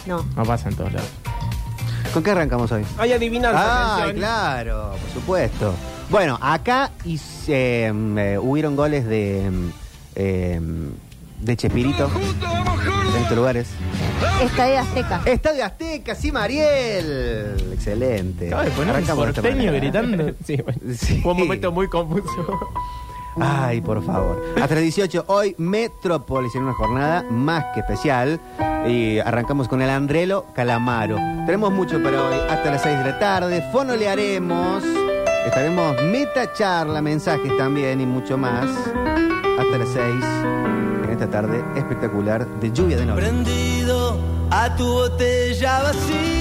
Speaker 4: No.
Speaker 3: No pasa en todos lados.
Speaker 1: ¿Con qué arrancamos hoy?
Speaker 2: Hay adivinanza.
Speaker 1: Ah,
Speaker 2: atención.
Speaker 1: claro, por supuesto. Bueno, acá hice, eh, eh, hubieron goles de, eh, de Chespirito en estos lugares.
Speaker 4: Estadio Azteca.
Speaker 1: Estadio Azteca, sí, Mariel. Excelente.
Speaker 3: Acaba de poner un
Speaker 1: Arrancamos de esta
Speaker 3: porteño
Speaker 1: manera. ¿eh?
Speaker 3: gritando. este
Speaker 2: Sí, bueno.
Speaker 1: Sí.
Speaker 2: Fue un momento muy confuso.
Speaker 1: Ay, por favor. Hasta las 18, hoy Metrópolis en una jornada más que especial. Y arrancamos con el Andrelo Calamaro. Tenemos mucho para hoy, hasta las 6 de la tarde. Fono le haremos. Estaremos meta charla, mensajes también y mucho más. Hasta las 6 en esta tarde espectacular de lluvia de noche.
Speaker 7: Prendido a tu botella vacía.